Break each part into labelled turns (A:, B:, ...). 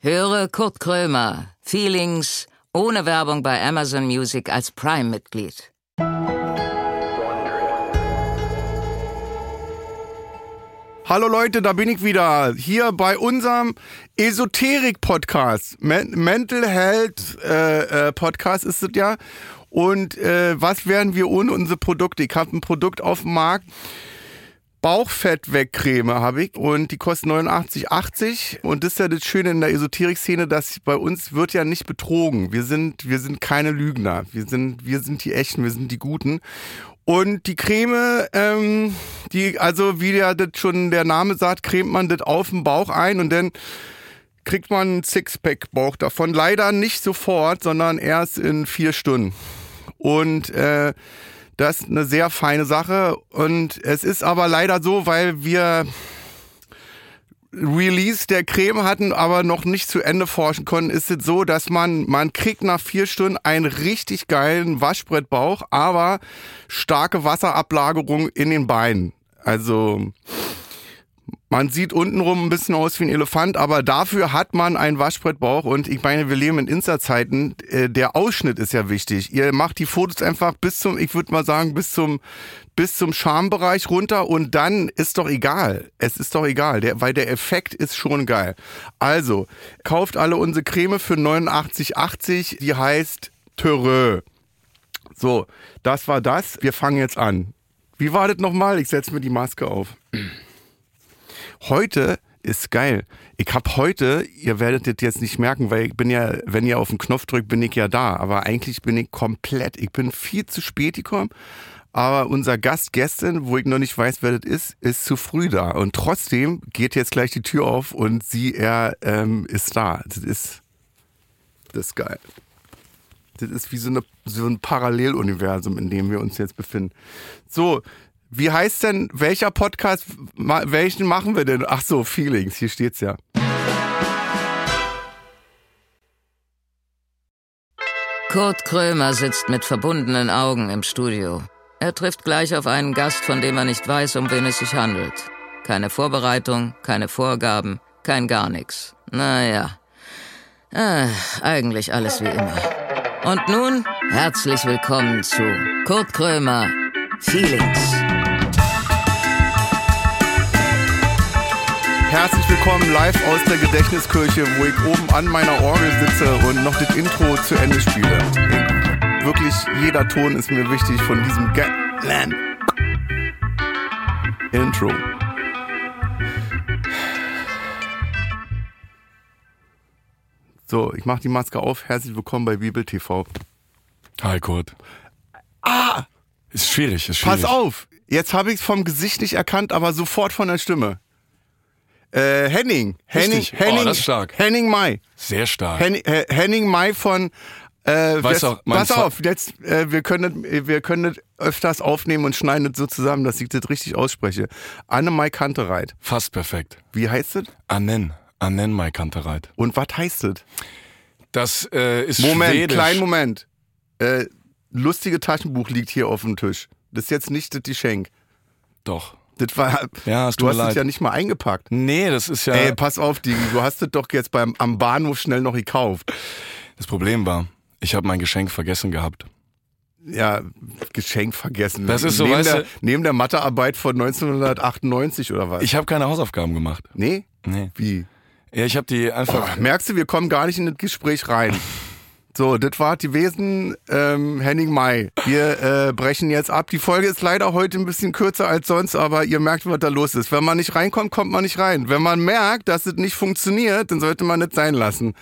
A: Höre Kurt Krömer, Feelings, ohne Werbung bei Amazon Music als Prime-Mitglied.
B: Hallo Leute, da bin ich wieder. Hier bei unserem Esoterik-Podcast. Men Mental Health äh, äh, Podcast ist es ja. Und äh, was wären wir ohne unsere Produkte? Ich habe ein Produkt auf dem Markt. Bauchfettwegcreme habe ich und die kostet 89,80 und das ist ja das Schöne in der Esoterik-Szene, dass bei uns wird ja nicht betrogen. Wir sind, wir sind keine Lügner. Wir sind, wir sind die Echten, wir sind die Guten. Und die Creme, ähm, die, also wie ja das schon der Name sagt, cremt man das auf den Bauch ein und dann kriegt man einen Sixpack-Bauch davon. Leider nicht sofort, sondern erst in vier Stunden. Und äh, das ist eine sehr feine Sache. Und es ist aber leider so, weil wir Release der Creme hatten, aber noch nicht zu Ende forschen konnten, ist es so, dass man, man kriegt nach vier Stunden einen richtig geilen Waschbrettbauch, aber starke Wasserablagerung in den Beinen. Also, man sieht untenrum ein bisschen aus wie ein Elefant, aber dafür hat man einen Waschbrettbauch und ich meine, wir leben in Insta-Zeiten, äh, der Ausschnitt ist ja wichtig. Ihr macht die Fotos einfach bis zum, ich würde mal sagen, bis zum, bis zum Schambereich runter und dann ist doch egal. Es ist doch egal, der, weil der Effekt ist schon geil. Also, kauft alle unsere Creme für 89,80, die heißt Törö. So, das war das. Wir fangen jetzt an. Wie war das nochmal? Ich setze mir die Maske auf. Heute ist geil. Ich habe heute, ihr werdet das jetzt nicht merken, weil ich bin ja, wenn ihr auf den Knopf drückt, bin ich ja da. Aber eigentlich bin ich komplett, ich bin viel zu spät gekommen. Aber unser Gast gestern, wo ich noch nicht weiß, wer das ist, ist zu früh da. Und trotzdem geht jetzt gleich die Tür auf und sie, er ähm, ist da. Das ist, das ist geil. Das ist wie so, eine, so ein Paralleluniversum, in dem wir uns jetzt befinden. So, wie heißt denn, welcher Podcast, ma- welchen machen wir denn? Ach so, Feelings, hier steht's ja.
A: Kurt Krömer sitzt mit verbundenen Augen im Studio. Er trifft gleich auf einen Gast, von dem er nicht weiß, um wen es sich handelt. Keine Vorbereitung, keine Vorgaben, kein gar nichts. Naja, äh, eigentlich alles wie immer. Und nun herzlich willkommen zu Kurt Krömer, Feelings.
B: Herzlich willkommen live aus der Gedächtniskirche, wo ich oben an meiner Orgel sitze und noch das Intro zu Ende spiele. Ich, wirklich jeder Ton ist mir wichtig von diesem geilen Intro. So, ich mache die Maske auf. Herzlich willkommen bei Bibel TV.
C: Hi Kurt.
B: Ah,
C: Ist schwierig, ist schwierig.
B: pass auf! Jetzt habe ich es vom Gesicht nicht erkannt, aber sofort von der Stimme. Äh, Henning, Henning,
C: Richtig. Oh,
B: Henning,
C: das ist stark.
B: Henning Mai.
C: Sehr stark.
B: Hen He- Henning Mai von äh,
C: Weiß
B: West-
C: auch, mein
B: pass
C: Fa-
B: auf, jetzt, äh, wir, können, das- wir können das öfters aufnehmen und schneiden das so zusammen, dass ich das richtig ausspreche. Anne-Mai Kantereit.
C: Fast perfekt.
B: Wie heißt das?
C: Annen. Annen Mai Kantereit.
B: Und was heißt das?
C: Das äh, ist
B: Moment,
C: schwedisch.
B: kleinen Moment. Äh, lustige Taschenbuch liegt hier auf dem Tisch. Das ist jetzt nicht das Geschenk.
C: Doch.
B: Das war,
C: Ja, es tut
B: du hast
C: mir
B: es
C: leid. Äh.
B: ja nicht mal eingepackt.
C: Nee, das ist ja...
B: Ey, pass auf, Digi, du hast das doch jetzt beim, am Bahnhof schnell noch gekauft.
C: das Problem war, ich habe mein Geschenk vergessen gehabt.
B: Ja, Geschenk vergessen.
C: Das ist so,
B: neben,
C: weißt
B: der,
C: du-
B: neben der Mathearbeit von 1998 oder was?
C: Ich habe keine Hausaufgaben gemacht.
B: nee?
C: Nee.
B: Wie?
C: Ja, ich habe die einfach...
B: Merkst du, wir kommen gar nicht in das Gespräch rein. So, das war die Wesen ähm, Henning Mai. Wir äh, brechen jetzt ab. Die Folge ist leider heute ein bisschen kürzer als sonst, aber ihr merkt, was da los ist. Wenn man nicht reinkommt, kommt man nicht rein. Wenn man merkt, dass es nicht funktioniert, dann sollte man es sein lassen.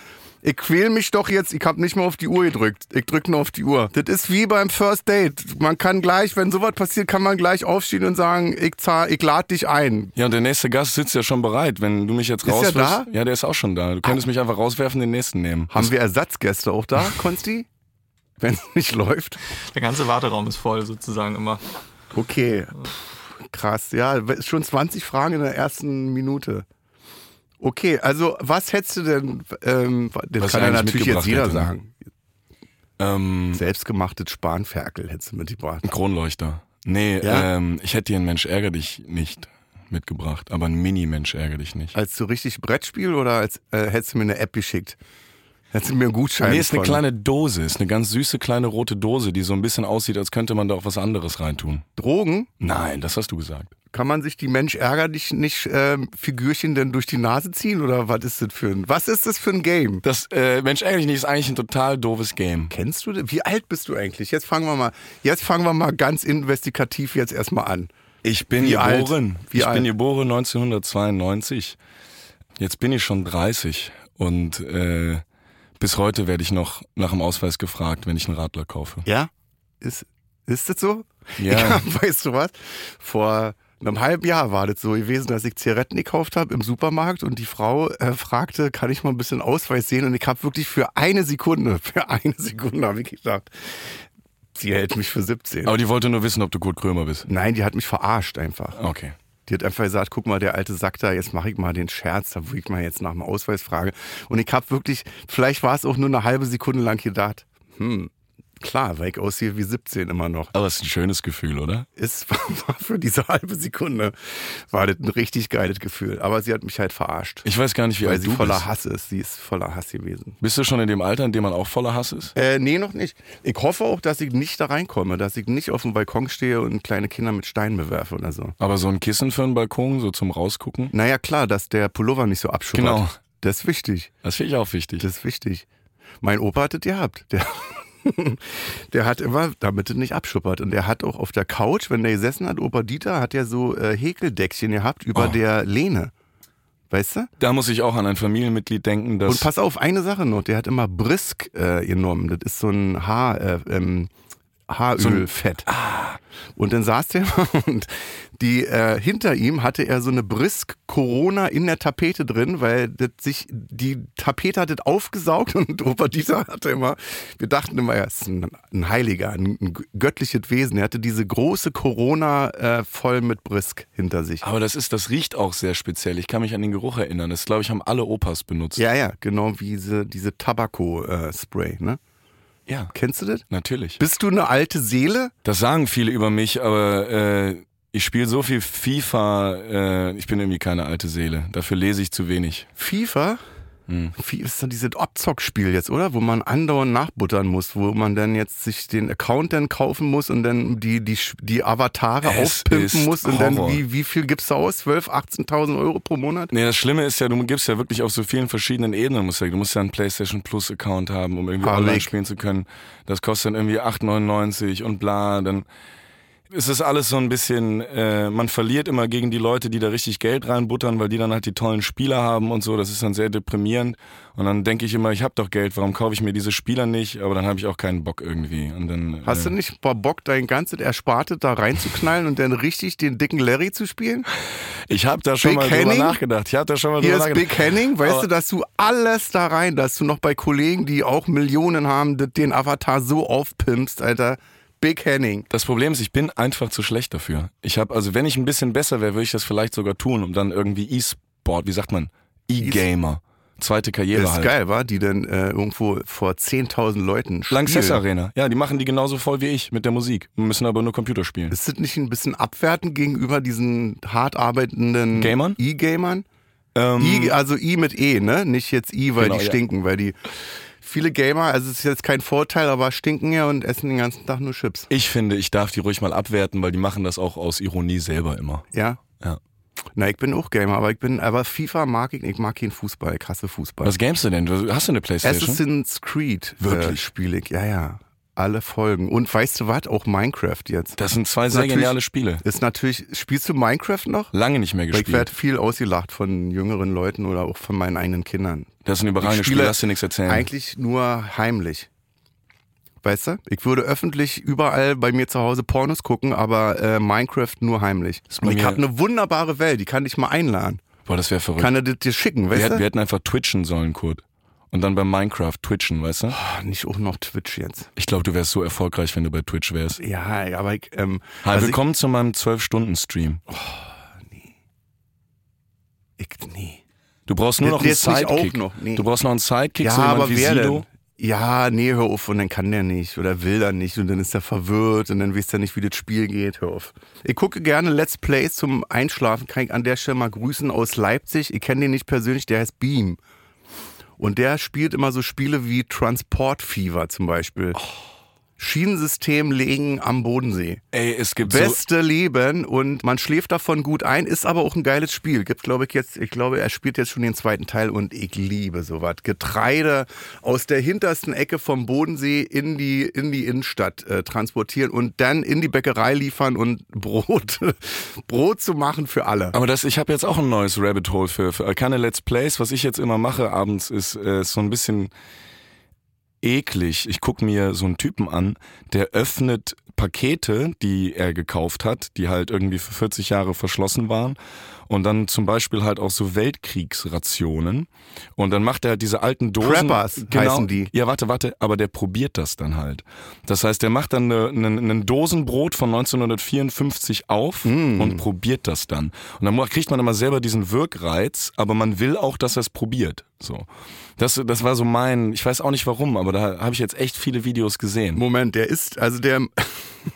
B: Ich quäl mich doch jetzt, ich habe nicht mal auf die Uhr gedrückt. Ich drück nur auf die Uhr. Das ist wie beim First Date. Man kann gleich, wenn sowas passiert, kann man gleich aufstehen und sagen, ich, zahl- ich lade dich ein.
C: Ja, und der nächste Gast sitzt ja schon bereit. Wenn du mich jetzt
B: der
C: rauswirfst...
B: da? Ah.
C: Ja, der ist auch schon da. Du könntest mich einfach rauswerfen, den nächsten nehmen.
B: Haben wir Ersatzgäste auch da, Konsti? Wenn es nicht läuft?
D: Der ganze Warteraum ist voll sozusagen immer.
B: Okay. Puh, krass. Ja, schon 20 Fragen in der ersten Minute. Okay, also was hättest du denn? Ähm, das
C: Was
B: kann
C: ich
B: ja
C: eigentlich
B: natürlich jetzt
C: mitgebracht
B: jeder
C: hätte, ne?
B: sagen.
C: Ähm,
B: Selbstgemachtes Spanferkel hättest du mitgebracht.
C: Kronleuchter. Nee,
B: Ja?
C: ähm, ich hätte dir einen Mensch ärger dich nicht mitgebracht, aber ein Mini-Mensch ärgere dich nicht.
B: Als so richtig Brettspiel oder als äh, hättest du mir eine App geschickt? Hättest du mir einen Gutschein
C: Nee, ist eine
B: von-
C: kleine Dose, ist eine ganz süße kleine rote Dose, die so ein bisschen aussieht, als könnte man da auch was anderes reintun.
B: Drogen?
C: Nein, das hast du gesagt.
B: Kann man sich die Mensch ärger dich nicht ähm, Figürchen denn durch die Nase ziehen oder was ist das für ein Was ist das für ein Game?
C: Das äh, Mensch ärgere dich nicht ist eigentlich ein total doofes Game.
B: Kennst du das? Wie alt bist du eigentlich? Jetzt fangen wir mal, jetzt fangen wir mal ganz investigativ jetzt erstmal an.
C: Ich bin
B: Wie alt?
C: geboren.
B: Wie
C: ich
B: alt?
C: bin geboren 1992. Jetzt bin ich schon 30 und äh, bis heute werde ich noch nach dem Ausweis gefragt, wenn ich einen Radler kaufe.
B: Ja? Ist, ist das so?
C: Ja.
B: weißt du was? Vor einem halben Jahr war das so gewesen, dass ich Zigaretten gekauft habe im Supermarkt und die Frau äh, fragte, kann ich mal ein bisschen Ausweis sehen? Und ich habe wirklich für eine Sekunde, für eine Sekunde habe ich gedacht, sie hält mich für 17.
C: Aber die wollte nur wissen, ob du Kurt Krömer bist.
B: Nein, die hat mich verarscht einfach.
C: Okay.
B: Die hat einfach gesagt, guck mal, der alte Sack da, jetzt mache ich mal den Scherz, da wo ich mal jetzt nach dem Ausweis frage. Und ich habe wirklich, vielleicht war es auch nur eine halbe Sekunde lang gedacht, hm, klar, weil ich aussehe wie 17 immer noch.
C: Aber es ist ein schönes Gefühl, oder?
B: Es war war für diese halbe Sekunde, war das ein richtig geiles Gefühl. Aber sie hat mich halt verarscht,
C: Ich weiß gar nicht, wie
B: weil
C: alt
B: sie
C: du
B: voller
C: bist.
B: Hass ist. Sie ist voller Hass gewesen.
C: Bist du schon in dem Alter, in dem man auch voller Hass ist?
B: Äh, nee, noch nicht. Ich hoffe auch, dass ich nicht da reinkomme, dass ich nicht auf dem Balkon stehe und kleine Kinder mit Steinen bewerfe oder so.
C: Aber so ein Kissen für einen Balkon, so zum Rausgucken,
B: Naja, klar, dass der Pullover nicht so abschubbert.
C: Genau.
B: Das ist wichtig.
C: das finde ich auch wichtig.
B: Das ist wichtig. Mein Opa hat das gehabt. Der, der hat immer, damit es nicht abschuppert. Und er hat auch auf der Couch, wenn der gesessen hat, Opa Dieter, hat er so äh, Häkeldeckchen gehabt über
C: Oh.
B: der Lehne. Weißt du?
C: Da muss ich auch an ein Familienmitglied denken,
B: Und
C: das
B: pass auf, eine Sache noch. Der hat immer Brisk äh, genommen. Das ist so ein Haar, äh, ähm, Haarölfett. Ah. Und dann saß der und die, äh, hinter ihm hatte er so eine Brisk-Corona in der Tapete drin, weil das sich, die Tapete hat das aufgesaugt und Opa Dieter hatte immer, wir dachten immer, er ist ein, ein Heiliger, ein, ein göttliches Wesen. Er hatte diese große Corona äh, voll mit Brisk hinter sich.
C: Aber das ist, das riecht auch sehr speziell. Ich kann mich an den Geruch erinnern. Das, glaube ich, haben alle Opas benutzt.
B: Ja, ja, genau wie diese, diese Tabako-Spray, ne?
C: ja.
B: Kennst du das?
C: Natürlich.
B: Bist du eine alte Seele?
C: Das sagen viele über mich, aber äh, ich spiele so viel FIFA, äh, ich bin irgendwie keine alte Seele. Dafür lese ich zu wenig.
B: FIFA?
C: Hm.
B: Wie ist dann dieses Abzockspiel jetzt, oder? Wo man andauernd nachbuttern muss, wo man dann jetzt sich den Account dann kaufen muss und dann die, die, Sch- die Avatare
C: Es
B: aufpimpen
C: ist
B: muss und dann
C: Horror.
B: wie, wie viel gibst du aus? 12, 18.000 Euro pro Monat?
C: Nee, das Schlimme ist ja, du gibst ja wirklich auf so vielen verschiedenen Ebenen. Du musst ja, du musst ja einen PlayStation Plus Account haben, um irgendwie
B: Harlek.
C: online spielen zu können. Das kostet dann irgendwie 8,99 und bla. Dann ist das alles so ein bisschen, äh, man verliert immer gegen die Leute, die da richtig Geld reinbuttern, weil die dann halt die tollen Spieler haben und so. Das ist dann sehr deprimierend. Und dann denke ich immer, ich habe doch Geld, warum kaufe ich mir diese Spieler nicht? Aber dann habe ich auch keinen Bock irgendwie. Und dann,
B: Hast
C: äh,
B: du nicht mal Bock, dein ganzes Ersparte da reinzuknallen und dann richtig den dicken Larry zu spielen?
C: Ich habe da schon
B: Big
C: mal drüber
B: Henning?
C: nachgedacht. Ich habe da schon mal
B: Hier
C: drüber
B: ist
C: nachgedacht.
B: Big Henning, weißt
C: Aber-
B: du, dass du alles da rein, dass du noch bei Kollegen, die auch Millionen haben, das- den Avatar so aufpimpst, Alter. Big Henning.
C: Das Problem ist, ich bin einfach zu schlecht dafür. Ich habe, also wenn ich ein bisschen besser wäre, würde ich das vielleicht sogar tun, um dann irgendwie E-Sport, wie sagt man, E-Gamer, zweite Karriere
B: Das ist
C: halt.
B: geil, war die denn äh, irgendwo vor 10.000 Leuten spielen.
C: Lanxess Arena. Ja, die machen die genauso voll wie ich mit der Musik. Müssen aber nur Computer spielen.
B: Ist das nicht ein bisschen abwertend gegenüber diesen hart arbeitenden
C: Gamern?
B: E-Gamern?
C: Ähm,
B: I, also I mit E, ne? Nicht jetzt I, weil
C: Genau,
B: die
C: ja.
B: stinken, weil die viele Gamer, also es ist jetzt kein Vorteil, aber stinken ja und essen den ganzen Tag nur Chips.
C: ich finde, ich darf die ruhig mal abwerten, weil die machen das auch aus Ironie selber immer.
B: Ja?
C: Ja.
B: Na, ich bin auch Gamer, aber ich bin, aber FIFA mag ich nicht, ich mag keinen Fußball, ich hasse Fußball.
C: Was gamest du denn? Du- Hast du eine Playstation?
B: Assassin's Creed äh,
C: Wirklich?
B: spiele ich, ja, ja. Alle Folgen. Und weißt du was? Auch Minecraft jetzt.
C: Das sind zwei sehr
B: Natürlich-
C: geniale Spiele.
B: Ist natürlich, spielst du Minecraft noch?
C: Lange nicht mehr
B: Ich werde
C: gespielt.
B: viel ausgelacht von jüngeren Leuten oder auch von meinen eigenen Kindern.
C: Das ist ein überragendes
B: Ich
C: Spiel,
B: spiele
C: lass dir nichts erzählen.
B: Eigentlich nur heimlich. Weißt du? Ich würde öffentlich überall bei mir zu Hause Pornos gucken, aber äh, Minecraft nur heimlich.
C: Ist bei
B: Und ich
C: mir-
B: habe eine wunderbare Welt, die kann ich mal einladen.
C: Boah, das wäre verrückt.
B: Kann er das dir schicken,
C: Wir,
B: weißt
C: hätten- wir
B: du?
C: hätten einfach twitchen sollen, Kurt. Und dann bei Minecraft twitchen, weißt du?
B: Ach, nicht auch noch Twitch jetzt.
C: Ich glaube, du wärst so erfolgreich, wenn du bei Twitch wärst.
B: Ja, aber ich, ähm,
C: Hi,
B: also
C: willkommen zu meinem 12-Stunden-Stream.
B: ich, ich nee.
C: Du brauchst nur
B: Das
C: noch einen
B: jetzt nicht auch
C: Sidekick.
B: noch, nee.
C: Du brauchst noch einen Sidekick,
B: Ja,
C: so jemand
B: aber
C: wie
B: wer
C: Sido.
B: denn? ja, nee, hör auf und dann kann der nicht oder will er nicht und dann ist er verwirrt und dann weiß er nicht, wie das Spiel geht, hör auf. Ich gucke gerne Let's Plays zum Einschlafen, kann ich an der Stelle mal grüßen aus Leipzig. Ich kenne den nicht persönlich, der heißt Beam. Und der spielt immer so Spiele wie Transport Fever zum Beispiel.
C: Oh.
B: Schienensystem legen am Bodensee.
C: Ey, es gibt so...
B: Beste Leben und man schläft davon gut ein, ist aber auch ein geiles Spiel. Gibt, glaube ich, jetzt, ich glaube, er spielt jetzt schon den zweiten Teil und ich liebe sowas. Getreide aus der hintersten Ecke vom Bodensee in die, in die Innenstadt äh, transportieren und dann in die Bäckerei liefern und Brot, Brot zu machen für alle.
C: Aber das, ich habe jetzt auch ein neues Rabbit Hole für, für keine Let's Plays. Was ich jetzt immer mache abends, ist äh, so ein bisschen eklig. Ich gucke mir so einen Typen an, der öffnet Pakete, die er gekauft hat, die halt irgendwie für 40 Jahre verschlossen waren. Und dann zum Beispiel halt auch so Weltkriegsrationen. Und dann macht er halt diese alten Dosen. Genau.
B: Preppers heißen die.
C: Ja, warte, warte, aber der probiert das dann halt. Das heißt, der macht dann ne- ne- ein Dosenbrot von 1954 auf und probiert das dann. Und dann mu- kriegt man immer selber diesen Wirkreiz, aber man will auch, dass er es probiert. So. Das, das war so mein, ich weiß auch nicht warum, aber da habe ich jetzt echt viele Videos gesehen.
B: Moment, der ist, also der,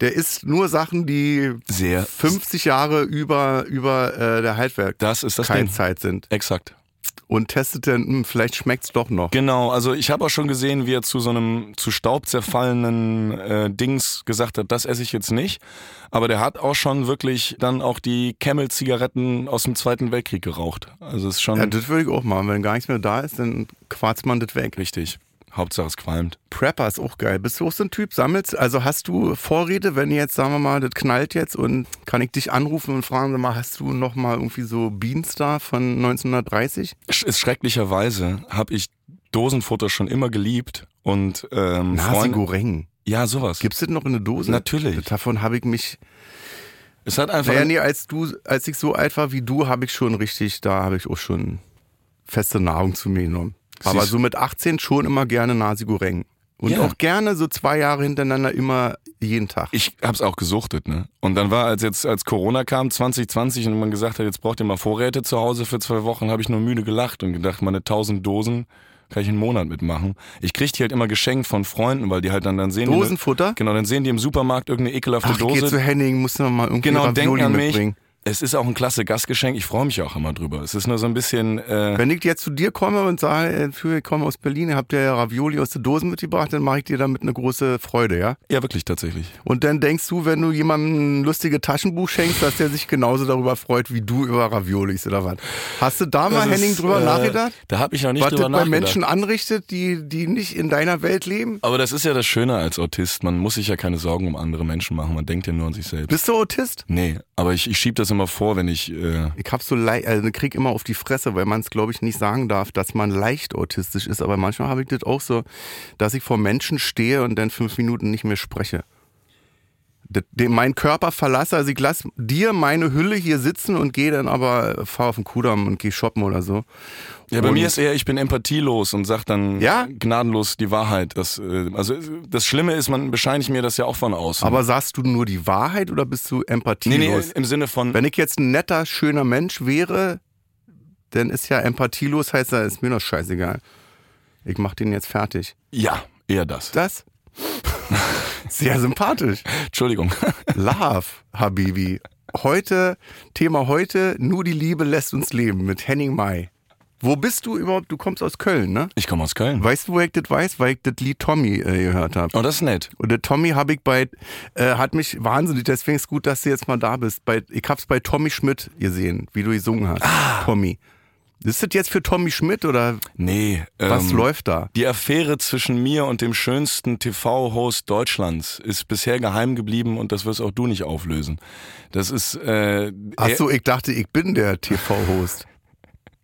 B: der ist nur Sachen, die
C: Sehr.
B: 50 Jahre über, über äh, der Haltwerk
C: Das ist das
B: keine
C: Ding.
B: Zeit sind.
C: Exakt.
B: Und testet dann, hm, vielleicht schmeckt's doch noch.
C: Genau, also ich habe auch schon gesehen, wie er zu so einem zu Staub zerfallenen äh, Dings gesagt hat, das esse ich jetzt nicht. Aber der hat auch schon wirklich dann auch die Camel-Zigaretten aus dem Zweiten Weltkrieg geraucht. Also ist schon
B: Ja, das würde ich auch machen. Wenn gar nichts mehr da ist, dann quarzt man das weg.
C: richtig. Hauptsache es qualmt.
B: Prepper ist auch geil. Bist du auch so ein Typ? Sammelst, also hast du Vorräte, wenn jetzt, sagen wir mal, das knallt jetzt und kann ich dich anrufen und fragen, sag mal, hast du noch mal irgendwie so Beans da von 1930?
C: Sch ist schrecklicherweise habe ich Dosenfutter schon immer geliebt und ähm,
B: Nasi
C: Freunde-
B: Goreng.
C: Ja, sowas.
B: Gibt's das noch in der Dose?
C: Natürlich.
B: Davon habe ich mich
C: es hat einfach
B: Naja, nee, als du, als ich so alt war wie du, habe ich schon richtig, da habe ich auch schon feste Nahrung zu mir genommen. Aber
C: Siehst-
B: so mit 18 schon immer gerne Nasi Goreng. Und
C: Ja.
B: auch gerne so zwei Jahre hintereinander immer jeden Tag.
C: ich hab's auch gesuchtet, ne? Und dann war, als jetzt, als Corona kam, 2020 und man gesagt hat, jetzt braucht ihr mal Vorräte zu Hause für zwei Wochen, habe ich nur müde gelacht und gedacht, meine 1000 Dosen kann ich einen Monat mitmachen. Ich krieg die halt immer geschenkt von Freunden, weil die halt dann, dann sehen
B: Dosenfutter?
C: Die, genau, dann sehen die im Supermarkt irgendeine ekelhafte
B: Ach, ich geh zu
C: Dose.
B: Henning, musst du noch mal irgendwie
C: Genau, denken
B: Ravioli
C: an mich.
B: mitbringen.
C: Es ist auch ein klasse Gastgeschenk, ich freue mich auch immer drüber. Es ist nur so ein bisschen, äh,
B: Wenn ich jetzt zu dir komme und sage, äh, für- ich komme aus Berlin, ihr habt ja Ravioli aus der Dose mitgebracht, dann mache ich dir damit eine große Freude, ja?
C: ja wirklich tatsächlich.
B: Und dann denkst du, wenn du jemandem ein lustiges Taschenbuch schenkst, dass der sich genauso darüber freut, wie du über Raviolis oder was. Hast du da mal,
C: Das ist,
B: Henning, drüber
C: äh,
B: nachgedacht?
C: Da habe ich noch nicht
B: was
C: drüber
B: das bei
C: nachgedacht.
B: Menschen anrichtet, die, die nicht in deiner Welt leben?
C: Aber das ist ja das Schöne als Autist, man muss sich ja keine Sorgen um andere Menschen machen, man denkt ja nur an sich selbst.
B: Bist du Autist?
C: Nee, aber ich, ich schieb das immer vor, wenn ich. Äh,
B: Ich hab so leicht, also ich krieg immer auf die Fresse, weil man es, glaube ich, nicht sagen darf, dass man leicht autistisch ist. Aber manchmal habe ich das auch so, dass ich vor Menschen stehe und dann fünf Minuten nicht mehr spreche. Das- Den, mein Körper verlasse, also ich lass dir meine Hülle hier sitzen und gehe dann aber, äh, fahr auf den Kudamm und geh shoppen oder so.
C: ja, bei
B: Und-
C: mir ist eher, ich bin empathielos und sag dann
B: Ja?
C: gnadenlos die Wahrheit. Das, äh, also das Schlimme ist, man bescheinigt mir das ja auch von außen.
B: Aber sagst du nur die Wahrheit oder bist du
C: nee,
B: empathielos?
C: nee, äh, im Sinne von.
B: Wenn ich jetzt ein netter, schöner Mensch wäre, dann ist ja empathielos, heißt ja, ist mir doch scheißegal. Ich mach den jetzt fertig.
C: ja, eher das.
B: Das? Sehr sympathisch.
C: Entschuldigung.
B: Love, Habibi. Heute, Thema heute, nur die Liebe lässt uns leben mit Henning Mai. Wo bist du überhaupt? Du kommst aus Köln, ne?
C: Ich komme aus Köln.
B: Weißt du, wo ich das weiß? Weil ich das Lied Tommy äh, gehört habe.
C: Oh, das ist nett.
B: Und der Tommy habe ich bei, äh, hat mich wahnsinnig, deswegen ist gut, dass du jetzt mal da bist. Bei, ich hab's bei Tommy Schmidt gesehen, wie du gesungen hast. Tommy. Ist das jetzt für Tommy Schmidt oder
C: Nee. Ähm,
B: was läuft da?
C: Die Affäre zwischen mir und dem schönsten TV-Host Deutschlands ist bisher geheim geblieben und das wirst auch du nicht auflösen. Das ist. Äh,
B: Ach so, ich dachte, ich bin der TV-Host.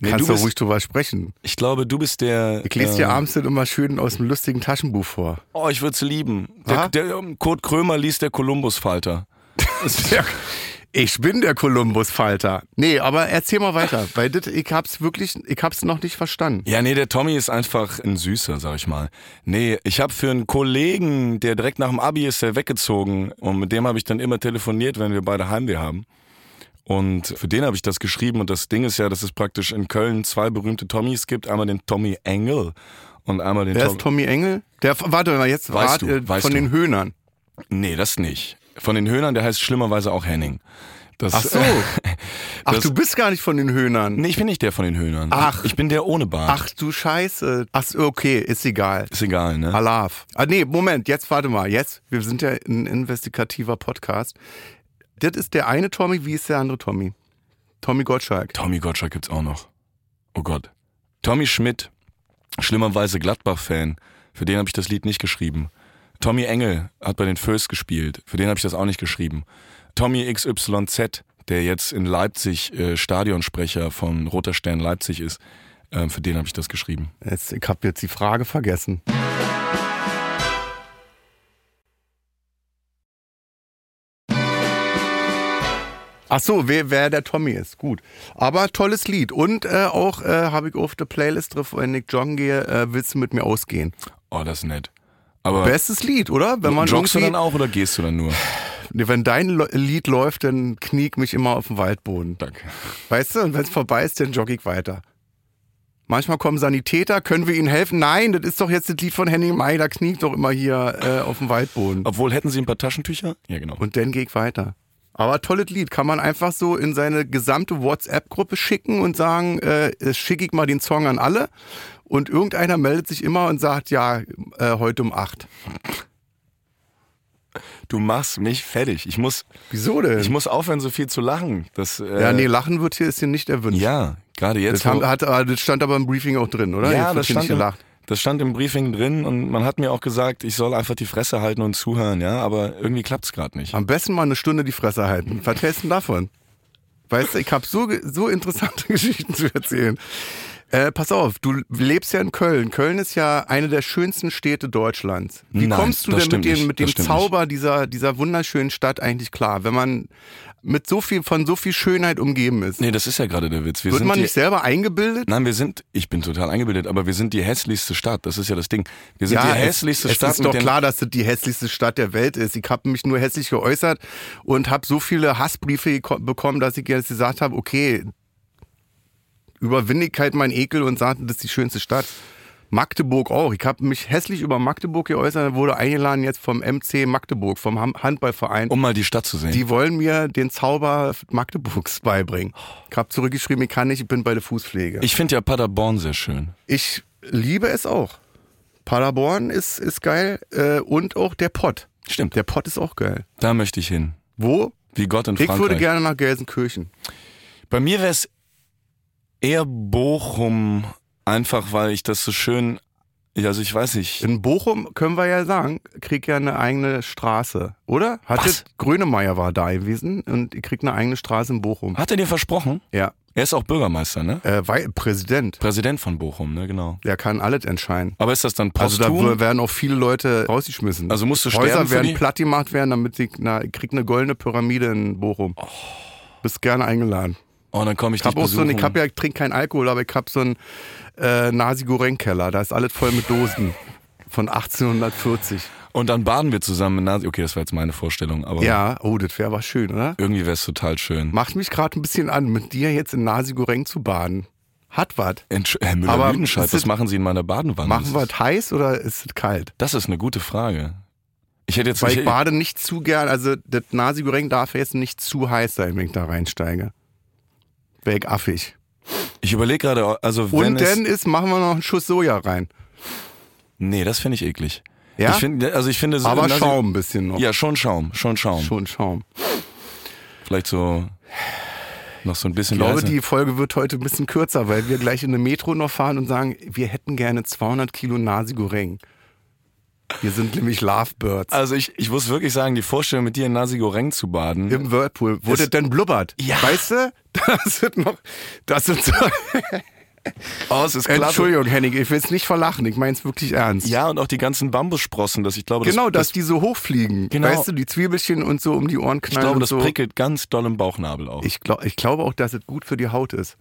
C: nee, du
B: Kannst du
C: bist,
B: ruhig drüber sprechen.
C: Ich glaube, du bist der.
B: Ich lese dir
C: ähm,
B: abends dann immer schön aus dem lustigen Taschenbuch vor.
C: Oh, ich würde es lieben.
B: Ha?
C: Der, der, ähm, Kurt Krömer liest der Kolumbus-Falter.
B: Ja. Ich bin der Kolumbus-Falter. Nee, aber erzähl mal weiter, weil das, ich hab's wirklich, ich hab's noch nicht verstanden.
C: Ja, nee, der Tommy ist einfach ein Süßer, sag ich mal. Nee, ich habe für einen Kollegen, der direkt nach dem Abi ist, der weggezogen und mit dem habe ich dann immer telefoniert, wenn wir beide Heimweh haben. Und für den habe ich das geschrieben. Und das Ding ist ja, dass es praktisch in Köln zwei berühmte Tommys gibt. Einmal den Tommy Engel und einmal den
B: Wer ist Tommy Engel? Der, warte mal, jetzt
C: Weißt
B: wart,
C: du,
B: äh,
C: weißt
B: von
C: du.
B: den Höhnern.
C: Nee, das nicht. Von den Höhnern, der heißt schlimmerweise auch Henning. Das,
B: Ach so. Äh, Ach, du bist gar nicht von den Höhnern.
C: nee, ich bin nicht der von den Höhnern.
B: Ach.
C: Ich bin der ohne Bart.
B: Ach du Scheiße. Ach, so, okay, ist egal.
C: Ist egal, ne?
B: Alav. Ah, nee, Moment, jetzt warte mal. Jetzt, wir sind ja ein investigativer Podcast. Das ist der eine Tommy, wie ist der andere Tommy? Tommy Gottschalk.
C: Tommy Gottschalk gibt's auch noch. Oh Gott. Tommy Schmidt, schlimmerweise Gladbach-Fan. Für den habe ich das Lied nicht geschrieben. Tommy Engel hat bei den Föß gespielt. Für den habe ich das auch nicht geschrieben. Tommy XYZ, der jetzt in Leipzig äh, Stadionsprecher von Roter Stern Leipzig ist. ähm, für den habe ich das geschrieben.
B: Jetzt, ich habe jetzt die Frage vergessen. Ach so, wer, wer der Tommy ist. Gut. Aber tolles Lied. Und äh, auch äh, habe ich auf der Playlist drauf, wenn ich joggen gehe, äh, willst du mit mir ausgehen.
C: Oh, das ist nett. Aber
B: Bestes Lied, oder? Wenn man
C: joggst du
B: irgendwie-
C: dann auch oder gehst du dann nur?
B: Nee, Wenn dein Lo- Lied läuft, dann knie ich mich immer auf den Waldboden.
C: Danke.
B: Weißt du, und wenn es vorbei ist, dann jogge ich weiter. Manchmal kommen Sanitäter, können wir ihnen helfen? Nein, das ist doch jetzt das Lied von Henning May, da kniet doch immer hier äh, auf dem Waldboden.
C: Obwohl, hätten sie ein paar Taschentücher? Ja, genau.
B: Und dann gehe ich weiter. Aber tolles Lied, kann man einfach so in seine gesamte WhatsApp-Gruppe schicken und sagen, äh, schicke ich mal den Song an alle. Und irgendeiner meldet sich immer und sagt, ja, äh, heute um acht.
C: du machst mich fertig. Ich muss,
B: Wieso denn?
C: ich muss aufhören, so viel zu lachen. Das, äh,
B: Ähm. ja, nee, lachen wird hier, ist hier nicht erwünscht.
C: Ja, gerade
B: Das,
C: jetzt.
B: haben,
C: wo-
B: hat, aber das stand aber im Briefing auch drin, oder? Jetzt
C: ja,
B: wird
C: das
B: hier
C: stand,
B: nicht
C: im,
B: gelacht.
C: das stand im Briefing drin und man hat mir auch gesagt, ich soll einfach die Fresse halten und zuhören, ja, aber irgendwie klappt's gerade nicht.
B: Am besten mal eine Stunde die Fresse halten. Was hältst du denn davon? Weißt du, ich habe so, ge- so interessante Geschichten zu erzählen. Äh, pass auf, du lebst ja in Köln. Köln ist ja eine der schönsten Städte Deutschlands. Wie
C: Nein,
B: kommst du
C: das
B: denn mit
C: stimmt
B: dem,
C: nicht.
B: mit
C: Das
B: dem
C: stimmt
B: Zauber dieser, dieser wunderschönen Stadt eigentlich klar, wenn man mit so viel, von so viel Schönheit umgeben ist?
C: Nee, das ist ja gerade der Witz. Wir
B: Wird
C: sind
B: man
C: die,
B: nicht selber eingebildet?
C: Nein, wir sind, ich bin total eingebildet, aber wir sind die hässlichste Stadt, das ist ja das Ding. Wir sind Also die
B: es-
C: hässlichste
B: es
C: Stadt
B: ist
C: mit
B: doch
C: den
B: klar, dass das die hässlichste Stadt der Welt ist. Ich habe mich nur hässlich geäußert und habe so viele Hassbriefe geko- bekommen, dass ich jetzt gesagt habe, okay, überwinde ich halt meinen Ekel und sagte, das ist die schönste Stadt. Magdeburg auch. Ich habe mich hässlich über Magdeburg geäußert, wurde eingeladen jetzt vom MC Magdeburg, vom Ham- Handballverein.
C: um mal die Stadt zu sehen.
B: Die wollen mir den Zauber Magdeburgs beibringen. Ich habe zurückgeschrieben, ich kann nicht, ich bin bei der Fußpflege.
C: ich finde ja Paderborn sehr schön.
B: Ich liebe es auch. Paderborn ist, ist geil äh, und auch der Pott.
C: Stimmt.
B: Der Pott ist auch geil.
C: Da möchte ich hin.
B: Wo?
C: Wie Gott in
B: Ich
C: Frankreich.
B: würde gerne nach Gelsenkirchen.
C: Bei mir wär's eher Bochum, einfach weil ich das so schön, also ich weiß nicht.
B: In Bochum können wir ja sagen, krieg ja eine eigene Straße, oder? Hat
C: Was?
B: das- Grönemeyer war da gewesen und ich krieg eine eigene Straße in Bochum.
C: Hat er dir versprochen?
B: Ja.
C: Er ist auch Bürgermeister, ne?
B: Äh, weil, Präsident,
C: Präsident von Bochum, ne, genau.
B: der kann alles entscheiden.
C: Aber ist das dann
B: Also da
C: posthum?
B: werden auch viele Leute rausgeschmissen.
C: Also musst du sterben
B: Häuser
C: für
B: werden
C: die?
B: platt gemacht werden, damit ich, na, ich krieg eine goldene Pyramide in Bochum. Bist gerne eingeladen.
C: oh, dann komme ich
B: Ich hab
C: dich
B: auch so
C: besuchen.
B: einen, ich hab ja, ich trinke keinen Alkohol, aber ich hab so einen äh, Nasi-Goreng-Keller. Da ist alles voll mit Dosen von 1840.
C: Und dann baden wir zusammen in Nasi. Okay, das war jetzt meine Vorstellung, aber
B: Ja, oh, das wäre aber schön, oder?
C: irgendwie wär's total schön.
B: Macht mich gerade ein bisschen an, mit dir jetzt in Nasi-Goreng zu baden. Hat was.
C: Entsch Herr
B: Aber
C: Müller-Lüdenscheid,
B: ist es-
C: was machen Sie in meiner Badewanne?
B: Machen wir
C: Das ist-
B: es heiß oder ist es kalt?
C: Das ist eine gute Frage. Ich hätte jetzt
B: Weil ich
C: nicht-
B: bade nicht zu gern, also das Nasi-Goreng darf jetzt nicht zu heiß sein, wenn ich da reinsteige. Wäre ich affig.
C: ich überlege gerade, also wenn
B: Und dann
C: es,
B: ist, machen wir noch einen Schuss Soja rein.
C: nee, das finde ich eklig.
B: Ja?
C: Ich finde, also ich finde, so
B: aber
C: Nasi-
B: Schaum ein bisschen noch.
C: Ja, schon Schaum, schon Schaum.
B: Schon Schaum.
C: Vielleicht so noch so ein bisschen.
B: Ich glaube,
C: leiser.
B: die Folge wird heute ein bisschen kürzer, weil wir gleich in eine Metro noch fahren und sagen, wir hätten gerne 200 Kilo Nasi-Goreng. Wir sind nämlich Lovebirds.
C: also ich, ich muss wirklich sagen, die Vorstellung, mit dir in Nasi Goreng zu baden,
B: Im Whirlpool. Wo das denn blubbert?
C: Ja.
B: Weißt du? Das sind noch... Das sind so...
C: oh, es ist klasse.
B: Entschuldigung, Henning, ich will es nicht verlachen. Ich meine es wirklich ernst.
C: Ja, und auch die ganzen Bambussprossen, das ich glaube, das,
B: genau, dass
C: das,
B: die so hochfliegen.
C: Genau.
B: Weißt du, die Zwiebelchen und so um die Ohren
C: ich
B: knallen
C: glaube,
B: und
C: das
B: so.
C: prickelt ganz doll im Bauchnabel auf.
B: Ich, glaub, ich glaube auch, dass es gut für die Haut ist.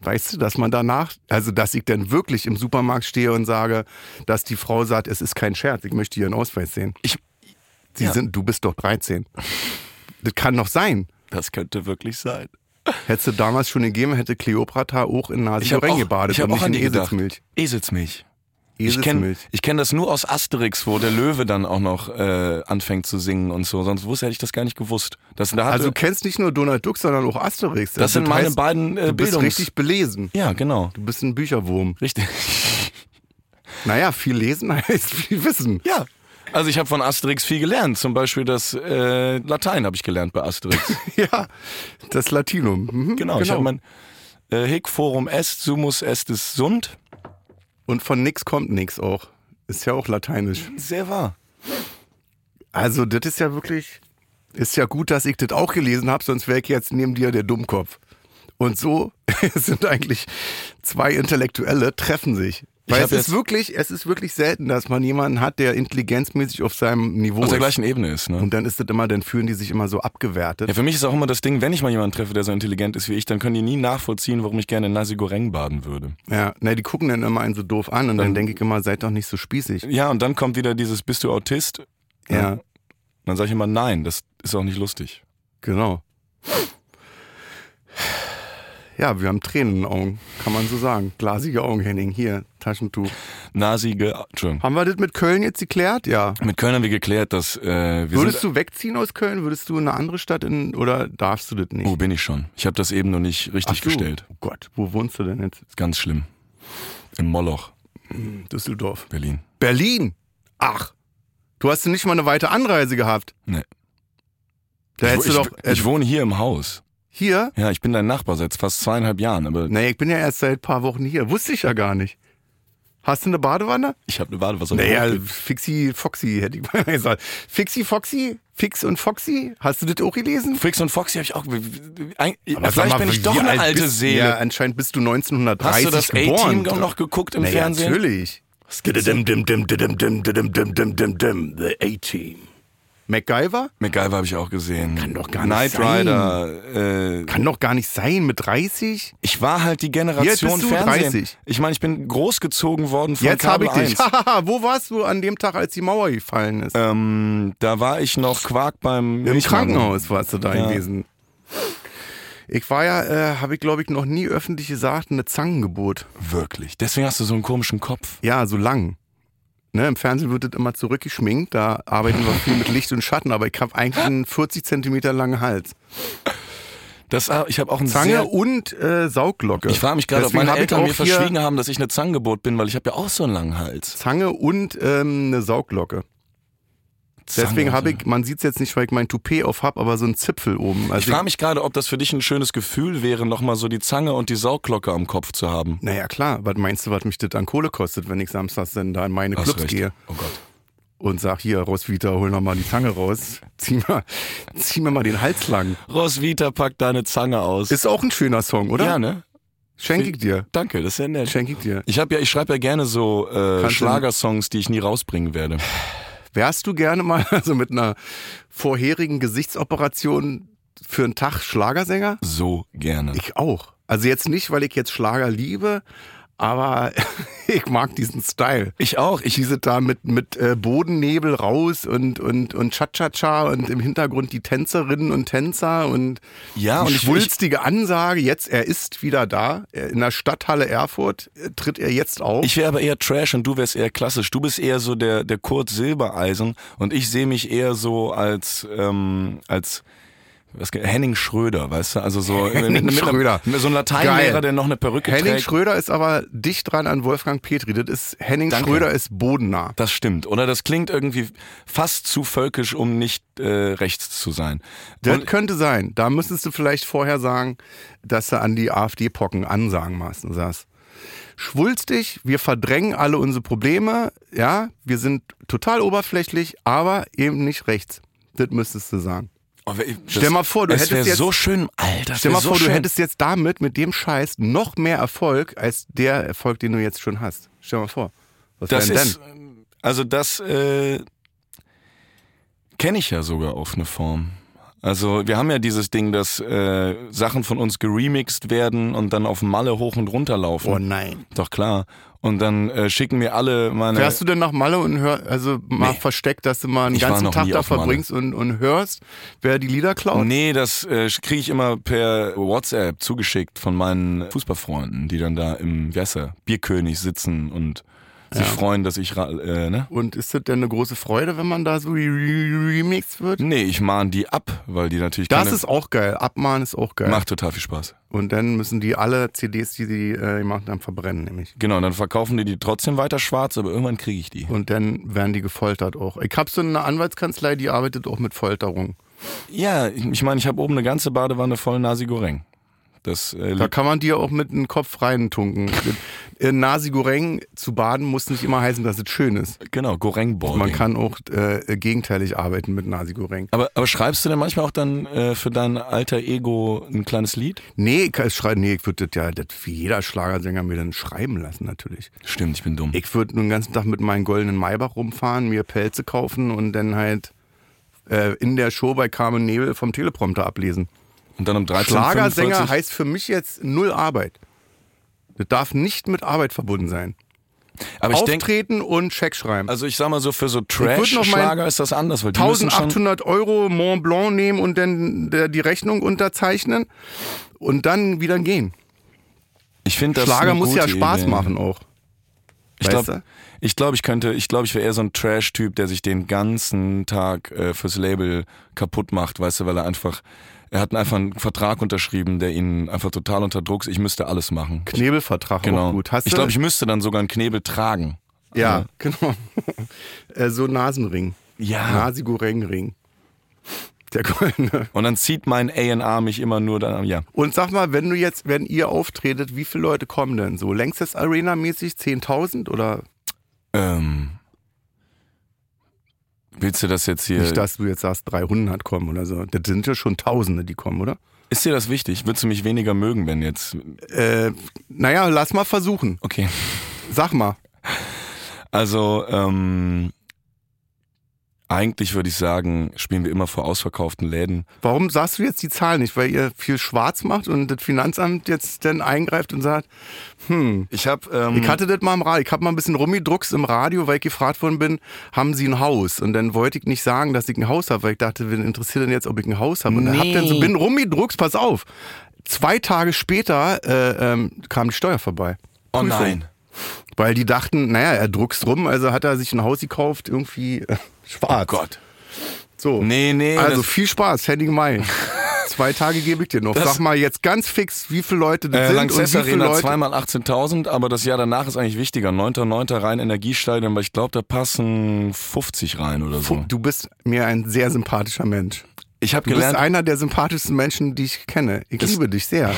B: Weißt du, dass man danach, also dass ich dann wirklich im Supermarkt stehe und sage, dass die Frau sagt, es ist kein Scherz, ich möchte ihren Ausweis sehen.
C: Ich-
B: Sie
C: ja.
B: sind, du bist doch 13. Das kann doch sein.
C: Das könnte wirklich sein.
B: Hättest du damals schon gegeben, hätte Cleopatra auch in Nasi Goreng gebadet
C: ich hab
B: und
C: auch
B: nicht
C: an
B: in
C: die gedacht.
B: Eselsmilch.
C: Eselsmilch. Ich kenne
B: Eselsmilch.
C: kenn das nur aus Asterix, wo der Löwe dann auch noch äh, anfängt zu singen und so. Sonst wusste hätte ich das gar nicht gewusst. Das, da hat,
B: Also du kennst nicht nur Donald Duck, sondern auch Asterix.
C: das sind meine
B: heißt,
C: beiden äh,
B: Du bist
C: Bildungs...
B: richtig belesen.
C: ja, genau.
B: Du bist ein Bücherwurm.
C: Richtig.
B: Naja, viel lesen heißt viel wissen.
C: Ja. Also ich habe von Asterix viel gelernt. Zum Beispiel das äh, Latein habe ich gelernt bei Asterix.
B: Ja, das Latinum. Mhm,
C: genau. Ich habe mein äh, Hic forum est, sumus est is sunt.
B: Und von nix kommt nix auch. Ist ja auch lateinisch.
C: Sehr wahr.
B: Also das ist ja wirklich, ist ja gut, dass ich das auch gelesen habe, sonst wäre ich jetzt neben dir der Dummkopf. Und so sind eigentlich zwei Intellektuelle treffen sich.
C: Ich
B: Weil
C: hab
B: es ist
C: jetzt-
B: wirklich, es ist wirklich selten, dass man jemanden hat, der intelligenzmäßig auf seinem Niveau
C: Auf der
B: ist.
C: gleichen Ebene ist. Ne?
B: Oh, Und dann ist das immer, dann fühlen die sich immer so abgewertet.
C: Ja, für mich ist auch immer das Ding, wenn ich mal jemanden treffe, der so intelligent ist wie ich, dann können die nie nachvollziehen, warum ich gerne in Nasi Goreng baden würde.
B: Ja, na, die gucken dann immer einen so doof an und
C: Ähm.
B: dann denke ich immer, seid doch nicht so spießig.
C: Ja, und dann kommt wieder dieses, bist du Autist?
B: Ja,
C: Dann sage ich immer, nein, das ist auch nicht lustig.
B: genau. Ja, wir haben Tränen in den Augen, kann man so sagen. Glasige Augen, Henning, hier, Taschentuch.
C: Nasige, Entschuldigung.
B: Haben wir das mit Köln jetzt geklärt? Ja.
C: Mit Köln haben wir geklärt, dass äh, wir
B: Würdest
C: sind...
B: du wegziehen aus Köln? Würdest du in eine andere Stadt in oder darfst du das nicht?
C: Oh, bin ich schon. Ich habe das eben noch nicht richtig
B: so.
C: gestellt.
B: Oh Gott, wo wohnst du denn jetzt?
C: Ist ganz schlimm. Im Moloch,
B: Düsseldorf.
C: Berlin.
B: Berlin. Ach, du hast nicht mal eine weite Anreise gehabt.
C: Nee.
B: Da
C: ich,
B: hättest
C: ich,
B: du doch äh,
C: ich wohne hier im Haus.
B: hier.
C: Ja, ich bin dein Nachbar seit fast zweieinhalb Jahren, aber
B: Nee, ich bin ja erst seit ein paar Wochen hier. Wusste ich ja gar nicht. Hast du eine Badewanne?
C: ich ne habe eine Badewasser.
B: Naja, Fixi Foxy hätte ich mal gesagt. Fixi Foxy? Fix und Foxy? Hast du das auch gelesen?
C: Fix und Foxy habe ich auch. Ein,
B: Aber sag
C: vielleicht
B: mal,
C: bin ich
B: wie
C: doch eine
B: alt
C: alte
B: bist,
C: Seele.
B: Ja, anscheinend bist du 1930
C: Hast du das
B: geboren.
C: A-Team auch noch geguckt im
B: naja,
C: Fernsehen?
B: natürlich.
E: Dim dim dim dim dim dim dim dim dim dim. The A Team.
B: MacGyver?
C: MacGyver habe ich auch gesehen.
B: Kann doch gar nicht
C: Knight
B: sein.
C: Rider. Äh,
B: Kann doch gar nicht sein mit 30.
C: ich war halt die
B: Jetzt
C: Generation
B: bist du
C: Fernsehen.
B: 30.
C: Ich meine, ich bin großgezogen worden von
B: Jetzt habe
C: Kabel
B: ich dich.
C: 1.
B: Hahaha, Wo warst du an dem Tag, als die Mauer gefallen ist?
C: ähm, da war ich noch Quark beim
B: Im
C: Milchmann.
B: Krankenhaus warst du da
C: Ja.
B: gewesen. Ich war ja, äh, habe ich glaube ich noch nie öffentlich gesagt, eine Zangengeburt.
C: Wirklich. Deswegen hast du so einen komischen Kopf.
B: Ja, so lang. Ne, Im Fernsehen wird das immer zurückgeschminkt, da arbeiten wir viel mit Licht und Schatten, aber ich habe eigentlich einen 40 Zentimeter langen Hals.
C: Das, ah, ich habe auch einen
B: Zange
C: sehr,
B: und äh, Sauglocke.
C: Ich frage mich gerade, ob
B: Deswegen
C: meine
B: hab ich
C: Eltern
B: auch hier
C: mir verschwiegen haben, dass ich eine Zangengeburt bin, weil ich habe ja auch so einen langen Hals.
B: Zange und ähm, eine Sauglocke. Deswegen
C: Zange.
B: habe ich, man sieht es jetzt nicht, weil ich mein Toupet auf habe, aber so einen Zipfel oben.
C: Ich
B: Also
C: frage mich gerade, ob das für dich ein schönes Gefühl wäre, nochmal so die Zange und die Sauglocke am Kopf zu haben.
B: naja, klar, was meinst du, was mich das an Kohle kostet, wenn ich samstags dann da in meine
C: Hast
B: Clubs
C: recht.
B: gehe
C: Oh Gott.
B: und sag, hier, Roswitha, hol noch mal die Zange raus, zieh, mal, zieh mir mal den Hals lang.
C: Roswitha, pack deine Zange aus.
B: Ist auch ein schöner Song, oder?
C: Ja, ne?
B: Schenke ich dir,
C: Danke, das ist ja nett.
B: schenke ich dir.
C: Ich habe ja, ich schreibe ja gerne so äh,
B: Kannst du-
C: Schlagersongs, die ich nie rausbringen werde.
B: Wärst du gerne mal also mit einer vorherigen Gesichtsoperation für einen Tag Schlagersänger?
C: So gerne.
B: Ich auch. Also jetzt nicht, weil ich jetzt Schlager liebe, aber ich mag diesen Style.
C: Ich auch.
B: Ich hieße da mit, mit äh, Bodennebel raus und, und, und Cha-Cha-Cha und im Hintergrund die Tänzerinnen und Tänzer und
C: Ja,
B: die
C: und ich-
B: schwulstige Ansage, jetzt er ist wieder da. Äh, In der Stadthalle Erfurt äh, tritt er jetzt auf.
C: Ich wäre aber eher Trash und du wärst eher klassisch. Du bist eher so der, der Kurt Silbereisen und ich sehe mich eher so als, ähm, als was, ge- Henning Schröder, weißt du? Also so
B: Henning Schröder.
C: Einer, so ein Lateinlehrer,
B: Geil.
C: der noch eine Perücke
B: Henning
C: trägt.
B: Schröder ist aber dicht dran an Wolfgang Petri. Das ist, Henning
C: Danke.
B: Schröder ist bodennah.
C: Das stimmt. Oder das klingt irgendwie fast zu völkisch, um nicht äh, rechts zu sein.
B: Das
C: Und-
B: könnte sein. Da müsstest du vielleicht vorher sagen, dass du an die AfD-Pocken Ansagen machst und sagst, schwulst dich, wir verdrängen alle unsere Probleme, ja, wir sind total oberflächlich, aber eben nicht rechts. Das müsstest du sagen.
C: Oh, wer- das-
B: Stell mal vor, du
C: es
B: hättest
C: wär
B: jetzt-
C: so schön, Alter.
B: Stell mal
C: so
B: vor,
C: schön.
B: du hättest jetzt damit, mit dem Scheiß, noch mehr Erfolg als der Erfolg, den du jetzt schon hast. Stell mal vor. Was
C: Das
B: wär denn
C: ist, ähm, also das äh, kenne ich ja sogar auf eine Form. Also wir haben ja dieses Ding, dass äh, Sachen von uns geremixt werden und dann auf Malle hoch und runter laufen.
B: Oh nein.
C: Doch klar. Und dann äh, schicken mir alle meine.
B: Fährst du denn nach Malle und hör, also mal
C: Nee.
B: versteckt, dass du mal einen
C: Ich war
B: ganzen
C: noch
B: Tag
C: nie
B: da
C: auf Malle.
B: verbringst und, und hörst, wer die Lieder klaut?
C: Nee, das äh, kriege ich immer per WhatsApp zugeschickt von meinen Fußballfreunden, die dann da im wie heißt er, Bierkönig sitzen und sich freuen, dass ich ra- äh, ne?
B: Und ist das denn eine große Freude, wenn man da so re- re- remixed wird?
C: Nee, ich mahne die ab, weil die natürlich
B: Das
C: keine,
B: ist auch geil. Abmahnen ist auch geil.
C: macht total viel Spaß.
B: Und dann müssen die alle CDs, die sie äh, gemacht haben, verbrennen, nämlich.
C: Genau, dann verkaufen die die trotzdem weiter schwarz, aber irgendwann kriege ich die.
B: Und dann werden die gefoltert auch. Ich habe so eine Anwaltskanzlei, die arbeitet auch mit Folterung.
C: Ja, ich ich meine, ich habe oben eine ganze Badewanne voll Nasi Goreng. Das äh,
B: Da
C: liegt-
B: kann man dir auch mit einem Kopf reintunken. In Nasi Goreng zu baden muss nicht immer heißen, dass es schön ist.
C: genau Goreng Boarding.
B: Man kann auch äh, gegenteilig arbeiten mit Nasi Goreng.
C: Aber, aber schreibst du denn manchmal auch dann äh, für dein alter Ego ein kleines Lied?
B: Nee, ich, ich schrei- nee, ich würde das ja das wie jeder Schlagersänger mir dann schreiben lassen, natürlich.
C: Stimmt, ich bin dumm.
B: Ich würde den ganzen Tag mit meinem goldenen Maybach rumfahren, mir Pelze kaufen und dann halt äh, in der Show bei Carmen Nebel vom Teleprompter ablesen.
C: Und dann um 13
B: Schlagersänger heißt für mich jetzt null Arbeit. Das darf nicht mit Arbeit verbunden sein.
C: aber ich denk,
B: Auftreten und Check schreiben.
C: also ich sag mal so für so
B: würd noch mein
C: Trash-Schlager ist das anders, weil die müssen schon
B: 1800 Euro Mont Blanc nehmen und dann der- die Rechnung unterzeichnen und dann wieder gehen.
C: ich finde das
B: Schlager
C: eine
B: muss ja
C: gute
B: Spaß
C: Idee.
B: machen auch.
C: Ich
B: Weißt
C: glaube,
B: du?
C: ich, glaub, ich könnte, ich glaube, ich wäre eher so ein Trash-Typ, der sich den ganzen Tag äh, fürs Label kaputt macht, weißt du, weil er einfach, er hat einfach einen Vertrag unterschrieben, der ihn einfach total unter Druck ist. Ich müsste alles machen.
B: Knebelvertrag
C: Genau.
B: auch oh, gut. Hast
C: ich
B: du-
C: glaube, ich müsste dann sogar einen Knebel tragen.
B: ja, genau. äh, so Nasenring.
C: Ja.
B: Nasigorengring. Der goldene.
C: Und dann zieht mein A&R mich immer nur dann, ja.
B: Und sag mal, wenn du jetzt, wenn ihr auftretet, wie viele Leute kommen denn so? Längstes Arena-mäßig 10.000 oder
C: Ähm, willst du das jetzt hier?
B: nicht, dass du jetzt sagst 300 kommen oder so? Das sind ja schon Tausende, die kommen, oder?
C: Ist dir das wichtig? Würdest du mich weniger mögen, wenn jetzt?
B: Äh, naja, lass mal versuchen.
C: Okay.
B: Sag mal.
C: Also ähm, eigentlich würde ich sagen, spielen wir immer vor ausverkauften Läden.
B: Warum sagst du jetzt die Zahl nicht? Weil ihr viel schwarz macht und das Finanzamt jetzt dann eingreift und sagt, hm,
C: Ich habe ähm,
B: ich hatte das mal im Radio, ich habe mal ein bisschen rumgedruckst im Radio, weil ich gefragt worden bin, haben sie ein Haus? Und dann wollte ich nicht sagen, dass ich ein Haus habe, weil ich dachte, wen interessiert denn jetzt, ob ich ein Haus habe? Und dann hab dann so, bin rumgedruckst, pass auf. Zwei Tage später äh, ähm, kam die Steuer vorbei.
C: oh
B: Prüfung.
C: nein.
B: Weil die dachten, naja, er druckst rum, also hat er sich ein Haus gekauft, irgendwie äh, schwarz.
C: Oh Gott.
B: So.
C: Nee, nee,
B: Also
C: das-
B: viel Spaß, Henning Mai. Zwei Tage gebe ich dir noch.
C: Das-
B: Sag mal jetzt ganz fix, wie viele Leute das
C: Äh,
B: sind und wie
C: Lanxess
B: viele
C: Arena
B: Leute.
C: zweimal 18.000, aber das Jahr danach ist eigentlich wichtiger. 9.9. rein Energiestadion, weil ich glaube, da passen 50 rein oder so.
B: Du bist mir ein sehr sympathischer Mensch.
C: Ich habe
B: Du bist
C: gelernt,
B: einer der sympathischsten Menschen, die ich kenne. Ich liebe dich sehr.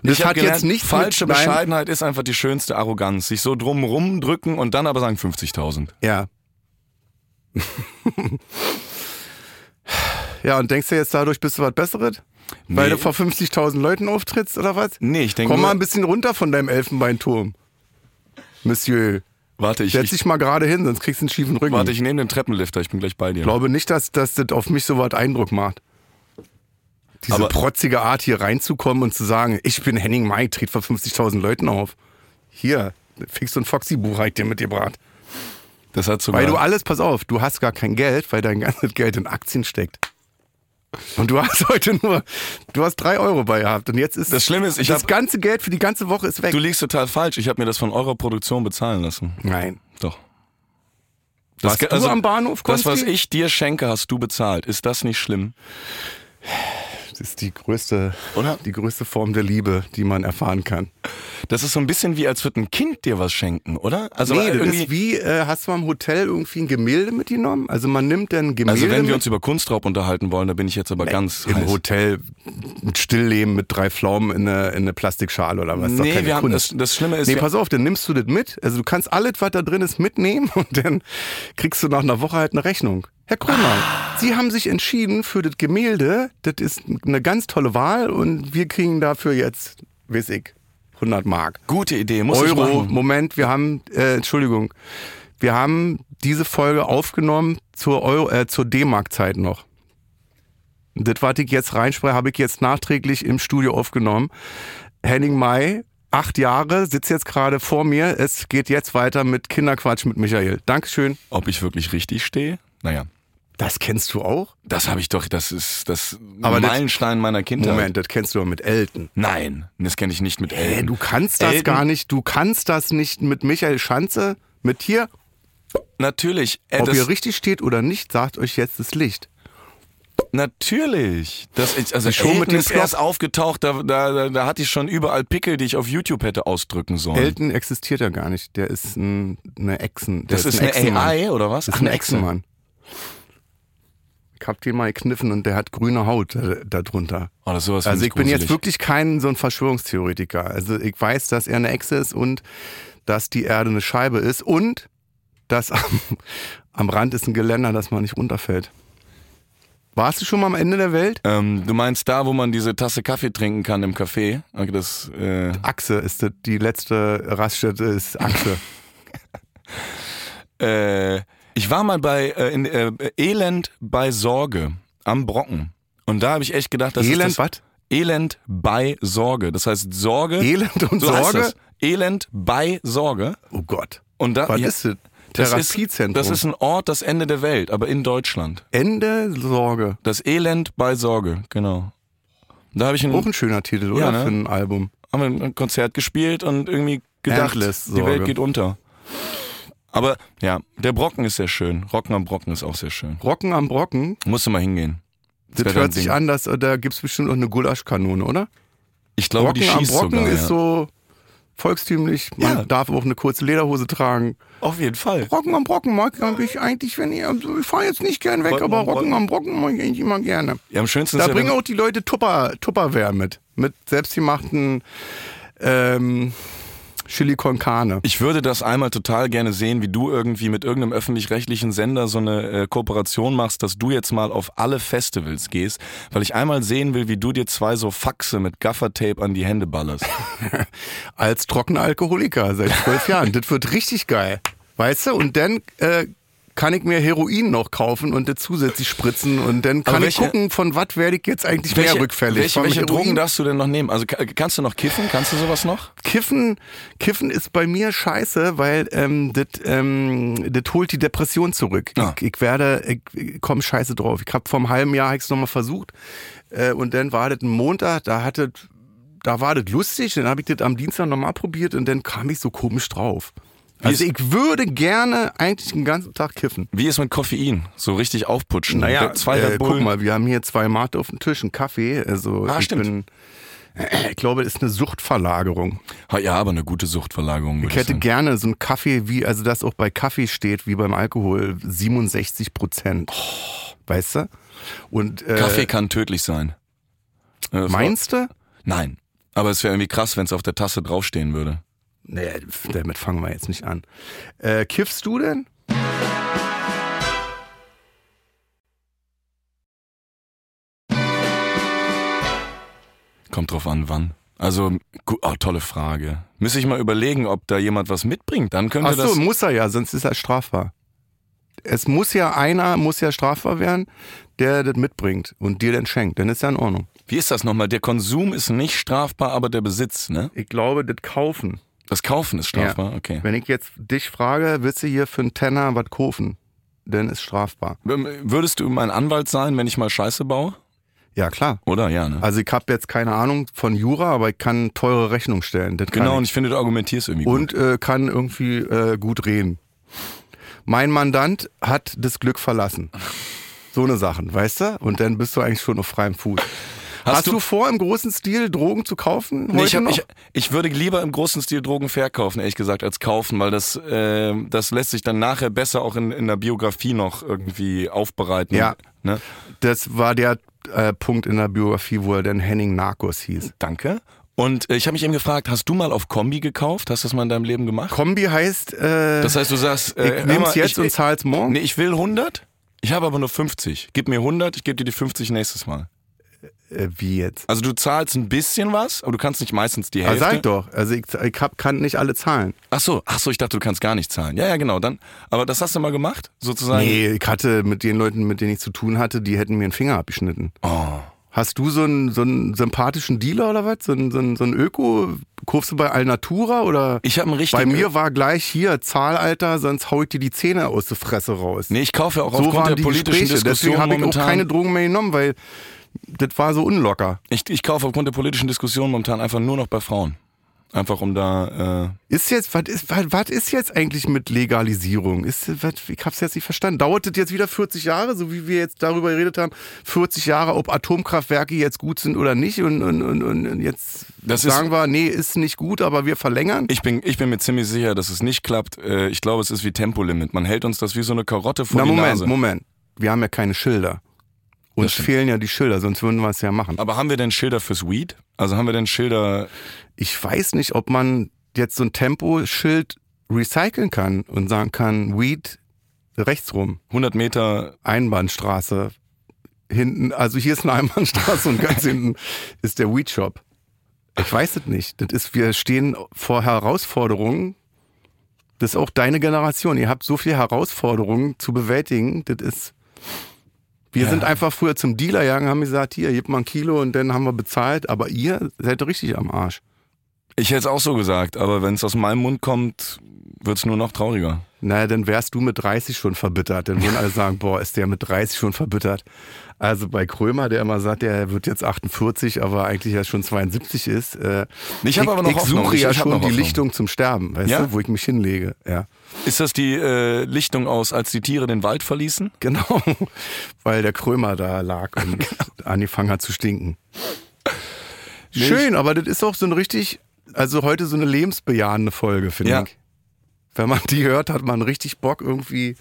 B: Und Das
C: ich hab
B: hat
C: gelernt,
B: jetzt nichts
C: falsche
B: mit, Nein,
C: Bescheidenheit ist einfach die schönste Arroganz. Sich so drumrum drücken und dann aber sagen 50.000.
B: Ja. ja, und denkst du jetzt, dadurch bist du was Besseres? Weil
C: Nee.
B: du vor 50.000 Leuten auftrittst oder was?
C: Nee, ich denke
B: Komm mal
C: nur-
B: ein bisschen runter von deinem Elfenbeinturm. Monsieur,
C: Warte, ich,
B: setz
C: ich,
B: dich mal gerade hin, sonst kriegst du einen schiefen Rücken.
C: warte, ich nehme den Treppenlifter, ich bin gleich bei dir.
B: Ich glaube nicht, dass, dass das auf mich so was Eindruck macht. Diese
C: Aber-
B: protzige Art, hier reinzukommen und zu sagen, ich bin Henning May, ich trete vor 50.000 Leuten auf. Hier, Fix und Foxy-Buch hab ich dir mitgebracht.
C: das hat sogar
B: Weil du alles, pass auf, du hast gar kein Geld, weil dein ganzes Geld in Aktien steckt. Und du hast heute nur, du hast drei Euro bei gehabt. Und jetzt ist
C: Das Schlimme ist, ich
B: das
C: hab-
B: ganze Geld für die ganze Woche ist weg.
C: Du liegst total falsch. Ich habe mir das von eurer Produktion bezahlen lassen.
B: Nein.
C: Doch. also
B: Warst du am Bahnhof,
C: Das, was
B: Konsti?
C: ich dir schenke, hast du bezahlt. Ist das nicht schlimm?
B: Das ist die größte,
C: Oder?
B: die größte Form der Liebe, die man erfahren kann.
C: Das ist so ein bisschen wie, als würde ein Kind dir was schenken, oder? Also
B: nee, das
C: irgendwie.
B: ist wie, äh, hast du am Hotel irgendwie ein Gemälde mitgenommen? Also man nimmt dann ein Gemälde
C: also wenn
B: mit,
C: wir uns über Kunstraub unterhalten wollen, da bin ich jetzt aber ganz
B: im
C: heiß.
B: Hotel ein Stillleben mit drei Pflaumen in eine, in eine Plastikschale oder was. Ist doch
C: Nee,
B: keine
C: wir haben, das,
B: Kunst.
C: das Schlimme ist,
B: Nee,
C: wir-
B: pass auf, dann nimmst du das mit. Also du kannst alles, was da drin ist, mitnehmen und dann kriegst du nach einer Woche halt eine Rechnung. Herr Krömer,
C: Ah.
B: Sie haben sich entschieden für das Gemälde. Das ist eine ganz tolle Wahl und wir kriegen dafür jetzt, weiß ich, 100 Mark.
C: gute Idee, muss ich
B: Euro,
C: machen.
B: Moment, wir haben, äh, Entschuldigung, wir haben diese Folge aufgenommen zur, Euro, äh, zur D-Mark-Zeit noch. Das, was ich jetzt reinspreche, habe ich jetzt nachträglich im Studio aufgenommen. Henning May, acht Jahre, sitzt jetzt gerade vor mir. Es geht jetzt weiter mit Kinderquatsch mit Michael. Dankeschön.
C: Ob ich wirklich richtig stehe? Naja,
B: Das kennst du auch?
C: das habe ich doch, das ist das
B: Aber das-
C: Meilenstein meiner Kindheit.
B: Moment, das kennst du doch mit Elton.
C: Nein, das kenne ich nicht mit
B: Ey,
C: Elton.
B: du kannst das
C: Elton-
B: gar nicht. Du kannst das nicht mit Michael Schanze. Mit hier,
C: Natürlich, äh,
B: ob
C: das,
B: ihr richtig steht oder nicht, sagt euch jetzt das Licht.
C: natürlich. Das ist, also
B: Schon
C: Elton
B: mit dem
C: ist
B: Flop.
C: erst aufgetaucht, da, da, da, da hatte ich schon überall Pickel, die ich auf YouTube hätte ausdrücken sollen.
B: Elton existiert ja gar nicht. Der ist ein, eine Echsen. Der
C: das ist eine
B: Echsenmann.
C: AI oder was?
B: Das ist ein Echsenmann. Ich hab den mal gekniffen und der hat grüne Haut äh, darunter.
C: Oh, das ist sowas
B: Also
C: find's
B: ich bin jetzt
C: gruselig.
B: wirklich kein so ein Verschwörungstheoretiker. Also ich weiß, dass er eine Echse ist und dass die Erde eine Scheibe ist und dass am, am Rand ist ein Geländer, dass man nicht runterfällt. Warst du schon mal am Ende der Welt?
C: Ähm, du meinst da, wo man diese Tasse Kaffee trinken kann im Café? Okay, das, äh,
B: Achse ist das, die letzte Raststätte ist Achse.
C: äh, ich war mal bei äh, in, äh, Elend bei Sorge am Brocken. Und da habe ich echt gedacht, das
B: Elend,
C: ist das
B: was?
C: Elend bei Sorge. Das heißt Sorge.
B: Elend und
C: so Heißt
B: Sorge?
C: das. Elend bei Sorge.
B: Oh Gott.
C: Und da,
B: Was
C: Ah, ja,
B: ist das?
C: das ist-
B: Therapiezentrum.
C: Das ist ein Ort, das Ende der Welt, aber in Deutschland.
B: Ende Sorge.
C: Das Elend bei Sorge, genau. Da habe ich ein,
B: Auch ein schöner Titel, oder?
C: Hm. Ja, ne?
B: Für ein Album.
C: haben wir ein Konzert gespielt und irgendwie gedacht,
B: Endless
C: die
B: Sorge.
C: Welt geht unter. Aber ja, der Brocken ist sehr schön. Rocken am Brocken ist auch sehr schön.
B: Rocken am Brocken.
C: Musst du mal hingehen.
B: Das,
C: wär dein
B: hört sich
C: Ding.
B: an, dass, äh, da gibt es bestimmt noch eine Gulaschkanone, oder?
C: Ich glaube, die
B: Rocken am
C: schießt
B: Brocken
C: sogar.
B: ist
C: ja.
B: so volkstümlich. Man
C: Ja.
B: darf auch eine kurze Lederhose tragen.
C: Auf jeden Fall.
B: Rocken am Brocken mag ich eigentlich, wenn ich, also ich fahre jetzt nicht gern weg,
C: Rocken
B: aber
C: am
B: Rocken
C: Brocken.
B: am Brocken mag ich eigentlich immer gerne.
C: Ja, am schönsten
B: Da
C: ist ja,
B: bringen
C: wenn-
B: auch die Leute Tupper, Tupperware mit. Mit selbstgemachten ähm, Chili con Carne.
C: ich würde das einmal total gerne sehen, wie du irgendwie mit irgendeinem öffentlich-rechtlichen Sender so eine äh, Kooperation machst, dass du jetzt mal auf alle Festivals gehst, weil ich einmal sehen will, wie du dir zwei so Faxe mit Gaffertape an die Hände ballerst.
B: als trockener Alkoholiker seit zwölf Jahren. Das wird richtig geil. Weißt du? Und dann äh, kann ich mir Heroin noch kaufen und das zusätzlich spritzen und dann kann
C: Aber
B: ich
C: welche-
B: gucken, von was werde ich jetzt eigentlich mehr rückfällig.
C: welche,
B: Von
C: welche
B: Heroin?
C: Drogen darfst du denn noch nehmen? Also ka- kannst du noch kiffen? Kannst du sowas noch?
B: Kiffen, Kiffen ist bei mir scheiße, weil ähm, das ähm, das holt die Depression zurück.
C: Ah.
B: Ich, ich werde, ich komme scheiße drauf. Ich habe vor einem halben Jahr es nochmal versucht äh, und dann war das ein Montag, da hatte da war das lustig, dann habe ich das am Dienstag nochmal probiert und dann kam ich so komisch drauf. Also
C: ist-
B: ich würde gerne eigentlich den ganzen Tag kiffen.
C: Wie ist mit Koffein? So richtig aufputschen. Der- zwei
B: äh,
C: Red Bull.
B: guck mal, wir haben hier zwei Mate auf dem Tisch, einen Kaffee. Also
C: Ah,
B: ich
C: stimmt.
B: bin, ich glaube, das ist eine Suchtverlagerung.
C: Ha, Ja, aber eine gute Suchtverlagerung. würde
B: Ich hätte
C: sagen.
B: gerne so einen Kaffee, wie, also das auch bei Kaffee steht, wie beim Alkohol, 67 Prozent. Weißt du? Und äh,
C: Kaffee kann tödlich sein. Äh, Frau-
B: meinst du?
C: Nein. Aber es wäre irgendwie krass, wenn es auf der Tasse draufstehen würde.
B: Nee, damit fangen wir jetzt nicht an. Äh, kiffst du denn?
C: Kommt drauf an, wann. Also, gu- oh, tolle Frage. Müsste ich mal überlegen, ob da jemand was mitbringt. Dann könnte
B: Ach so,
C: das.
B: muss er ja, sonst ist er strafbar. Es muss ja einer, muss ja strafbar werden, der das mitbringt und dir dann schenkt. Dann ist ja in Ordnung.
C: Wie ist das nochmal? Der Konsum ist nicht strafbar, aber der Besitz, ne?
B: Ich glaube, das kaufen.
C: Das Kaufen ist strafbar, okay.
B: Wenn ich jetzt dich frage, willst du hier für einen Tenner was kaufen? Dann ist strafbar.
C: Ähm, Würdest du mein Anwalt sein, wenn ich mal Scheiße baue?
B: Ja, klar.
C: Oder? Ja, ne?
B: Also ich habe jetzt keine Ahnung von Jura, aber ich kann teure Rechnung stellen. Das
C: genau,
B: Kann
C: und
B: ich.
C: ich finde, du argumentierst irgendwie
B: Und
C: gut.
B: äh, kann irgendwie äh, gut reden. Mein Mandant hat das Glück verlassen. So eine Sachen, weißt du? Und dann bist du eigentlich schon auf freiem Fuß. Hast, du,
C: du-
B: vor, im großen Stil Drogen zu kaufen? Heute
C: Nee, ich, hab,
B: noch?
C: ich, ich würde lieber im großen Stil Drogen verkaufen, ehrlich gesagt, als kaufen, weil das, äh, das lässt sich dann nachher besser auch in, in der Biografie noch irgendwie aufbereiten.
B: Ja.
C: Ne?
B: das war der äh, Punkt in der Biografie, wo er dann Henning Narcos hieß.
C: Danke. Und äh, ich habe mich eben gefragt, hast du mal auf Kombi gekauft? Hast du das mal in deinem Leben gemacht?
B: Kombi heißt, äh,
C: das heißt, du sagst, äh,
B: ich
C: hör
B: nehme
C: mal,
B: es jetzt und zahl's morgen.
C: Nee, ich will 100, ich habe aber nur 50. Gib mir 100, ich gebe dir die 50 nächstes Mal.
B: Äh, wie jetzt?
C: Also du zahlst ein bisschen was, aber du kannst nicht meistens die
B: Aber
C: Hälfte.
B: sag doch, also ich, ich hab, kann nicht alle zahlen.
C: Ach so, ach so, ich dachte, du kannst gar nicht zahlen. Ja, ja, genau, dann. Aber das hast du mal gemacht, sozusagen.
B: Nee, ich hatte mit den Leuten, mit denen ich zu tun hatte, die hätten mir einen Finger abgeschnitten.
C: Oh.
B: Hast du so einen, so einen sympathischen Dealer oder was? So einen, so einen, so einen Öko? Kaufst du bei Alnatura oder?
C: Ich habe einen richtigen
B: bei mir war gleich hier Zahlalter, sonst hau ich dir die Zähne aus der Fresse raus.
C: Nee, ich kaufe ja auch
B: so
C: aufgrund
B: waren
C: der
B: die
C: politischen
B: Gespräche.
C: Diskussion
B: Deswegen habe ich auch
C: momentan.
B: keine Drogen mehr genommen, weil das war so unlocker.
C: ich, ich kaufe aufgrund der politischen Diskussion momentan einfach nur noch bei Frauen. Einfach um da. Äh,
B: Ist jetzt, was ist, was, was ist jetzt eigentlich mit Legalisierung? Ist, was, ich hab's jetzt nicht verstanden. Dauert das jetzt wieder 40 Jahre, so wie wir jetzt darüber geredet haben, 40 Jahre, ob Atomkraftwerke jetzt gut sind oder nicht und, und, und, und jetzt
C: Das ist-
B: sagen wir, nee, ist nicht gut, aber wir verlängern?
C: ich, bin, ich bin mir ziemlich sicher, dass es nicht klappt. Äh, ich glaube, es ist wie Tempolimit. Man hält uns das wie so eine Karotte vor
B: Na
C: die
B: Moment,
C: Nase.
B: Moment. Wir haben ja keine Schilder. Uns
C: Das stimmt.
B: fehlen ja die Schilder, sonst würden wir es ja machen.
C: Aber haben wir denn Schilder fürs Weed? Also haben wir denn Schilder.
B: Ich weiß nicht, ob man jetzt so ein Temposchild recyceln kann und sagen kann, Weed rechts rum,
C: 100 Meter
B: Einbahnstraße. Hinten, also hier ist eine Einbahnstraße und ganz hinten ist der Weed Shop. Ich weiß es nicht. Das ist, wir stehen vor Herausforderungen. Das ist auch deine Generation. Ihr habt so viele Herausforderungen zu bewältigen. Das ist. Wir sind einfach früher zum Dealer gegangen, haben gesagt, hier, gebt mal ein Kilo und dann haben wir bezahlt. Aber ihr seid richtig am Arsch.
C: Ich hätte es auch so gesagt, aber wenn es aus meinem Mund kommt, wird es nur noch trauriger.
B: Naja, dann wärst du mit 30 schon verbittert. Dann würden alle sagen, boah, ist der mit 30 schon verbittert. Also bei Krömer, der immer sagt, der wird jetzt 48, aber eigentlich ja schon 72 ist. Äh,
C: Ich hab aber noch
B: ich
C: Hoffnung.
B: suche
C: Ich-
B: ja
C: ich hab noch
B: schon die
C: Hoffnung.
B: Lichtung zum Sterben, weißt
C: Ja?
B: du, wo ich mich hinlege. Ja,
C: Ist das die äh, Lichtung aus, als die Tiere den Wald verließen?
B: genau, weil der Krömer da lag und Genau. angefangen hat zu stinken. Schön, aber das ist auch so ein richtig, also heute so eine lebensbejahende Folge, finde
C: Ja.
B: ich. Wenn man die hört, hat man richtig Bock irgendwie.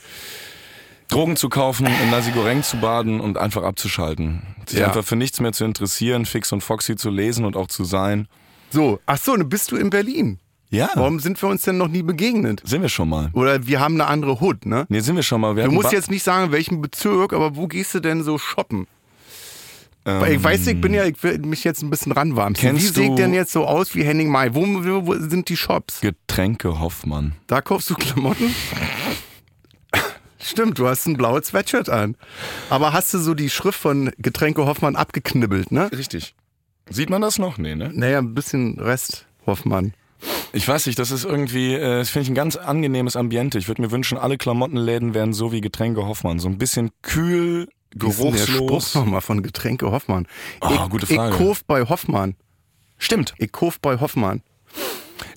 C: Drogen zu kaufen, in Nasi Goreng zu baden und einfach abzuschalten. Sich
B: Ja.
C: einfach für nichts mehr zu interessieren, Fix und Foxy zu lesen und auch zu sein.
B: So, ach so, dann bist du in Berlin.
C: Ja,
B: Warum sind wir uns denn noch nie begegnet?
C: sind wir schon mal.
B: Oder wir haben eine andere Hood, ne?
C: Nee, sind wir schon mal. Wir
B: Du
C: hatten
B: musst
C: Ba-
B: jetzt nicht sagen, welchen Bezirk, aber wo gehst du denn so shoppen?
C: ähm,
B: Weil ich weiß, ich bin ja, ich will mich jetzt ein bisschen ranwarmsen. Wie
C: Kennst
B: sehe ich
C: du-
B: denn jetzt so aus wie Henning Mai? Wo, wo, wo sind die Shops?
C: Getränke Hoffmann.
B: Da kaufst du Klamotten? Stimmt, du hast ein blaues Sweatshirt an. Aber hast du so die Schrift von Getränke Hoffmann abgeknibbelt, ne?
C: Richtig. Sieht man das noch? Nee, ne?
B: Naja, ein bisschen Rest, Hoffmann.
C: Ich weiß nicht, das ist irgendwie, äh, das finde ich ein ganz angenehmes Ambiente. Ich würde mir wünschen, alle Klamottenläden wären so wie Getränke Hoffmann. So ein bisschen kühl,
B: Wie ist denn der Spruch
C: geruchslos.
B: nochmal von Getränke Hoffmann?
C: Ah,
B: ich,
C: gute Frage.
B: Ich kauf bei Hoffmann.
C: Stimmt.
B: Ich kauf bei Hoffmann.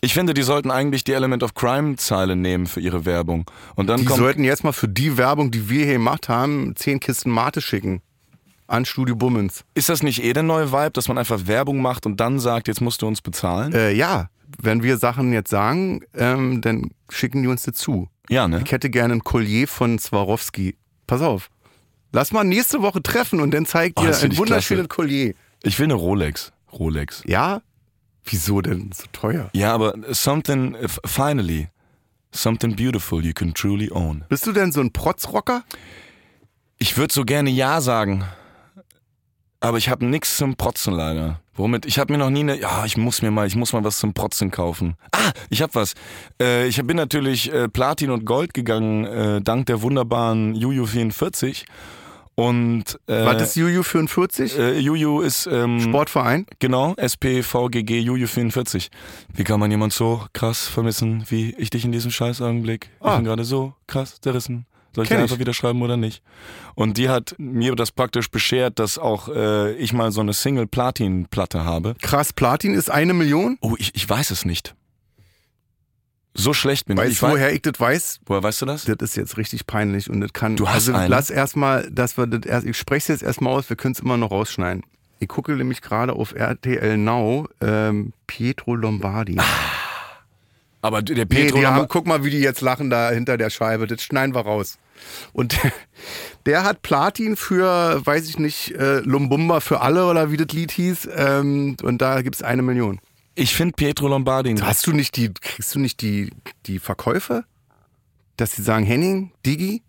C: Ich finde, die sollten eigentlich die Element of Crime-Zeile nehmen für ihre Werbung. Und dann
B: Die
C: kommt.
B: sollten jetzt mal für die Werbung, die wir hier gemacht haben, zehn Kisten Mate schicken. An Studio Bummens.
C: ist das nicht eh der neue Vibe, dass man einfach Werbung macht und dann sagt, jetzt musst du uns bezahlen?
B: Äh, ja, wenn wir Sachen jetzt sagen, ähm, dann schicken die uns dazu.
C: ja, ne?
B: Ich hätte gerne ein Collier von Swarovski. Pass auf. Lass mal nächste Woche treffen und dann zeigt
C: Oh,
B: ihr
C: das
B: ein
C: find ich
B: wunderschönes Collier.
C: Ich will eine Rolex. Rolex.
B: Ja? Wieso denn so teuer?
C: Ja, aber something, äh, finally, something beautiful you can truly own.
B: Bist du denn so ein Protzrocker?
C: Ich würde so gerne Ja sagen, aber ich habe nix zum Protzen leider. Womit? Ich habe mir noch nie eine. Ja, ich muss mir mal, ich muss mal was zum Protzen kaufen. Ah, ich habe was. Äh, ich bin natürlich äh, Platin und Gold gegangen, äh, dank der wunderbaren Juju 44. Und äh,
B: Was ist Juju 44?
C: äh, Juju ist ähm,
B: Sportverein?
C: Genau, SPVGG Juju 44. Wie kann man jemand so krass vermissen, wie ich dich in diesem scheiß Augenblick?
B: Ah.
C: Ich bin gerade so krass zerrissen. Soll ich
B: Kenn
C: dir
B: ich.
C: einfach wieder schreiben oder nicht? Und die hat mir das praktisch beschert, dass auch äh, ich mal so eine Single-Platin-Platte habe.
B: Krass, Platin ist eine Million?
C: Oh, ich, ich weiß es nicht. So schlecht bin ich.
B: Weißt
C: ich.
B: du,
C: wei-
B: woher ich das weiß?
C: woher weißt du das?
B: Das ist jetzt richtig peinlich und das kann.
C: Du hast
B: also
C: eine?
B: lass erstmal, dass wir das erst. Ich spreche es jetzt erstmal aus, wir können es immer noch rausschneiden. Ich gucke nämlich gerade auf RTL Now ähm, Pietro Lombardi.
C: Aber der
B: nee,
C: Pedro...
B: die haben, Ah, guck mal, wie die jetzt lachen da hinter der Scheibe. Das schneiden wir raus. Und der, der hat Platin für, weiß ich nicht, äh, Lumbumba für alle oder wie das Lied hieß. Ähm, und da gibt es eine Million.
C: ich finde Pietro Lombardi...
B: Hast du nicht die, kriegst du nicht die, die Verkäufe? Dass sie sagen, Henning, Digi,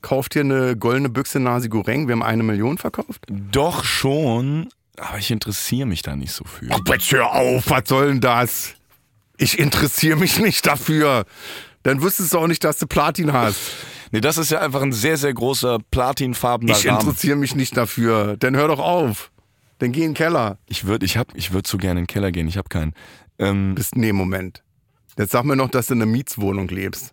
B: Kauft ihr eine goldene Büchse Nasi Goreng? Wir haben eine Million verkauft.
C: Doch schon, aber ich interessiere mich da nicht so für.
B: Jetzt hör auf, was soll denn das? Ich interessiere mich nicht dafür. Dann wüsstest du auch nicht, dass du Platin hast.
C: Nee, das ist ja einfach ein sehr, sehr großer platinfarbener
B: Ich
C: Rahmen.
B: interessiere mich nicht dafür. Dann hör doch auf. Dann geh in den Keller.
C: Ich würde ich hab, ich würd so gerne in den Keller gehen, ich habe keinen. Ähm,
B: Bist, nee, Moment. Jetzt sag mir noch, dass du in einer Mietswohnung lebst.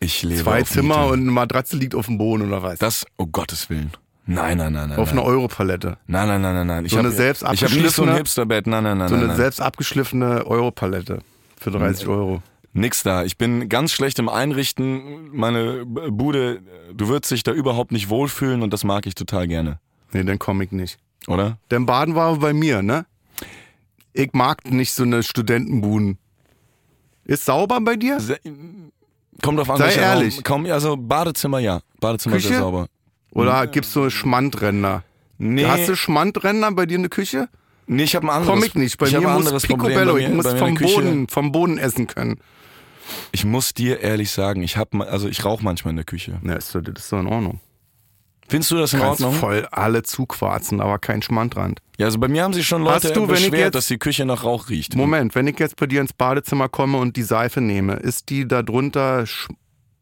C: ich lebe
B: Zwei
C: auf
B: Zimmer
C: Miete.
B: und eine Matratze liegt auf dem Boden oder was?
C: Das, oh Gottes Willen. Nein, nein, nein, nein.
B: auf
C: nein.
B: einer Europalette.
C: Nein, nein, nein, nein, nein. Ich
B: So
C: hab-
B: eine selbst
C: Ich habe nicht so ein
B: abgeschliffene-
C: Hipsterbett. Nein, nein, nein.
B: So
C: nein, Hm.
B: eine
C: nein.
B: selbst abgeschliffene Europalette für 30 Euro.
C: Nix da. Ich bin ganz schlecht im Einrichten. Meine B- Bude, du würdest dich da überhaupt nicht wohlfühlen und das mag ich total gerne.
B: Nee, dann komm ich nicht.
C: Oder?
B: Denn Baden war bei mir, ne? Ich mag nicht so eine Studentenbuden. Ist sauber bei dir?
C: Se- Kommt auf an,
B: Sei
C: welcher
B: ehrlich.
C: Raum. Komm, also Badezimmer ja. Badezimmer
B: Küche?
C: sehr sauber.
B: Oder gibt's so Schmandränder?
C: Hm. Nee,
B: Hast du Schmandränder bei dir in der Küche?
C: nee ich habe ein anderes
B: Komm ich nicht. Bei
C: ich hab
B: mir
C: ein
B: muss
C: anderes Problem.
B: Picobello,
C: Bei mir,
B: ich muss
C: bei mir
B: vom
C: in der Küche-
B: Boden, vom Boden essen können.
C: Ich muss dir ehrlich sagen, ich hab, ma- also ich rauche manchmal in der Küche.
B: Na, ist doch, das ist doch in Ordnung.
C: Findest du das in
B: Kannst
C: Ordnung?
B: voll alle zuquarzen, aber kein Schmandrand.
C: Ja, also bei mir haben sich schon Leute
B: Hast du, wenn ich
C: beschwert,
B: jetzt-
C: dass die Küche nach Rauch riecht.
B: Moment, wenn ich jetzt bei dir ins Badezimmer komme und die Seife nehme, ist die da drunter sch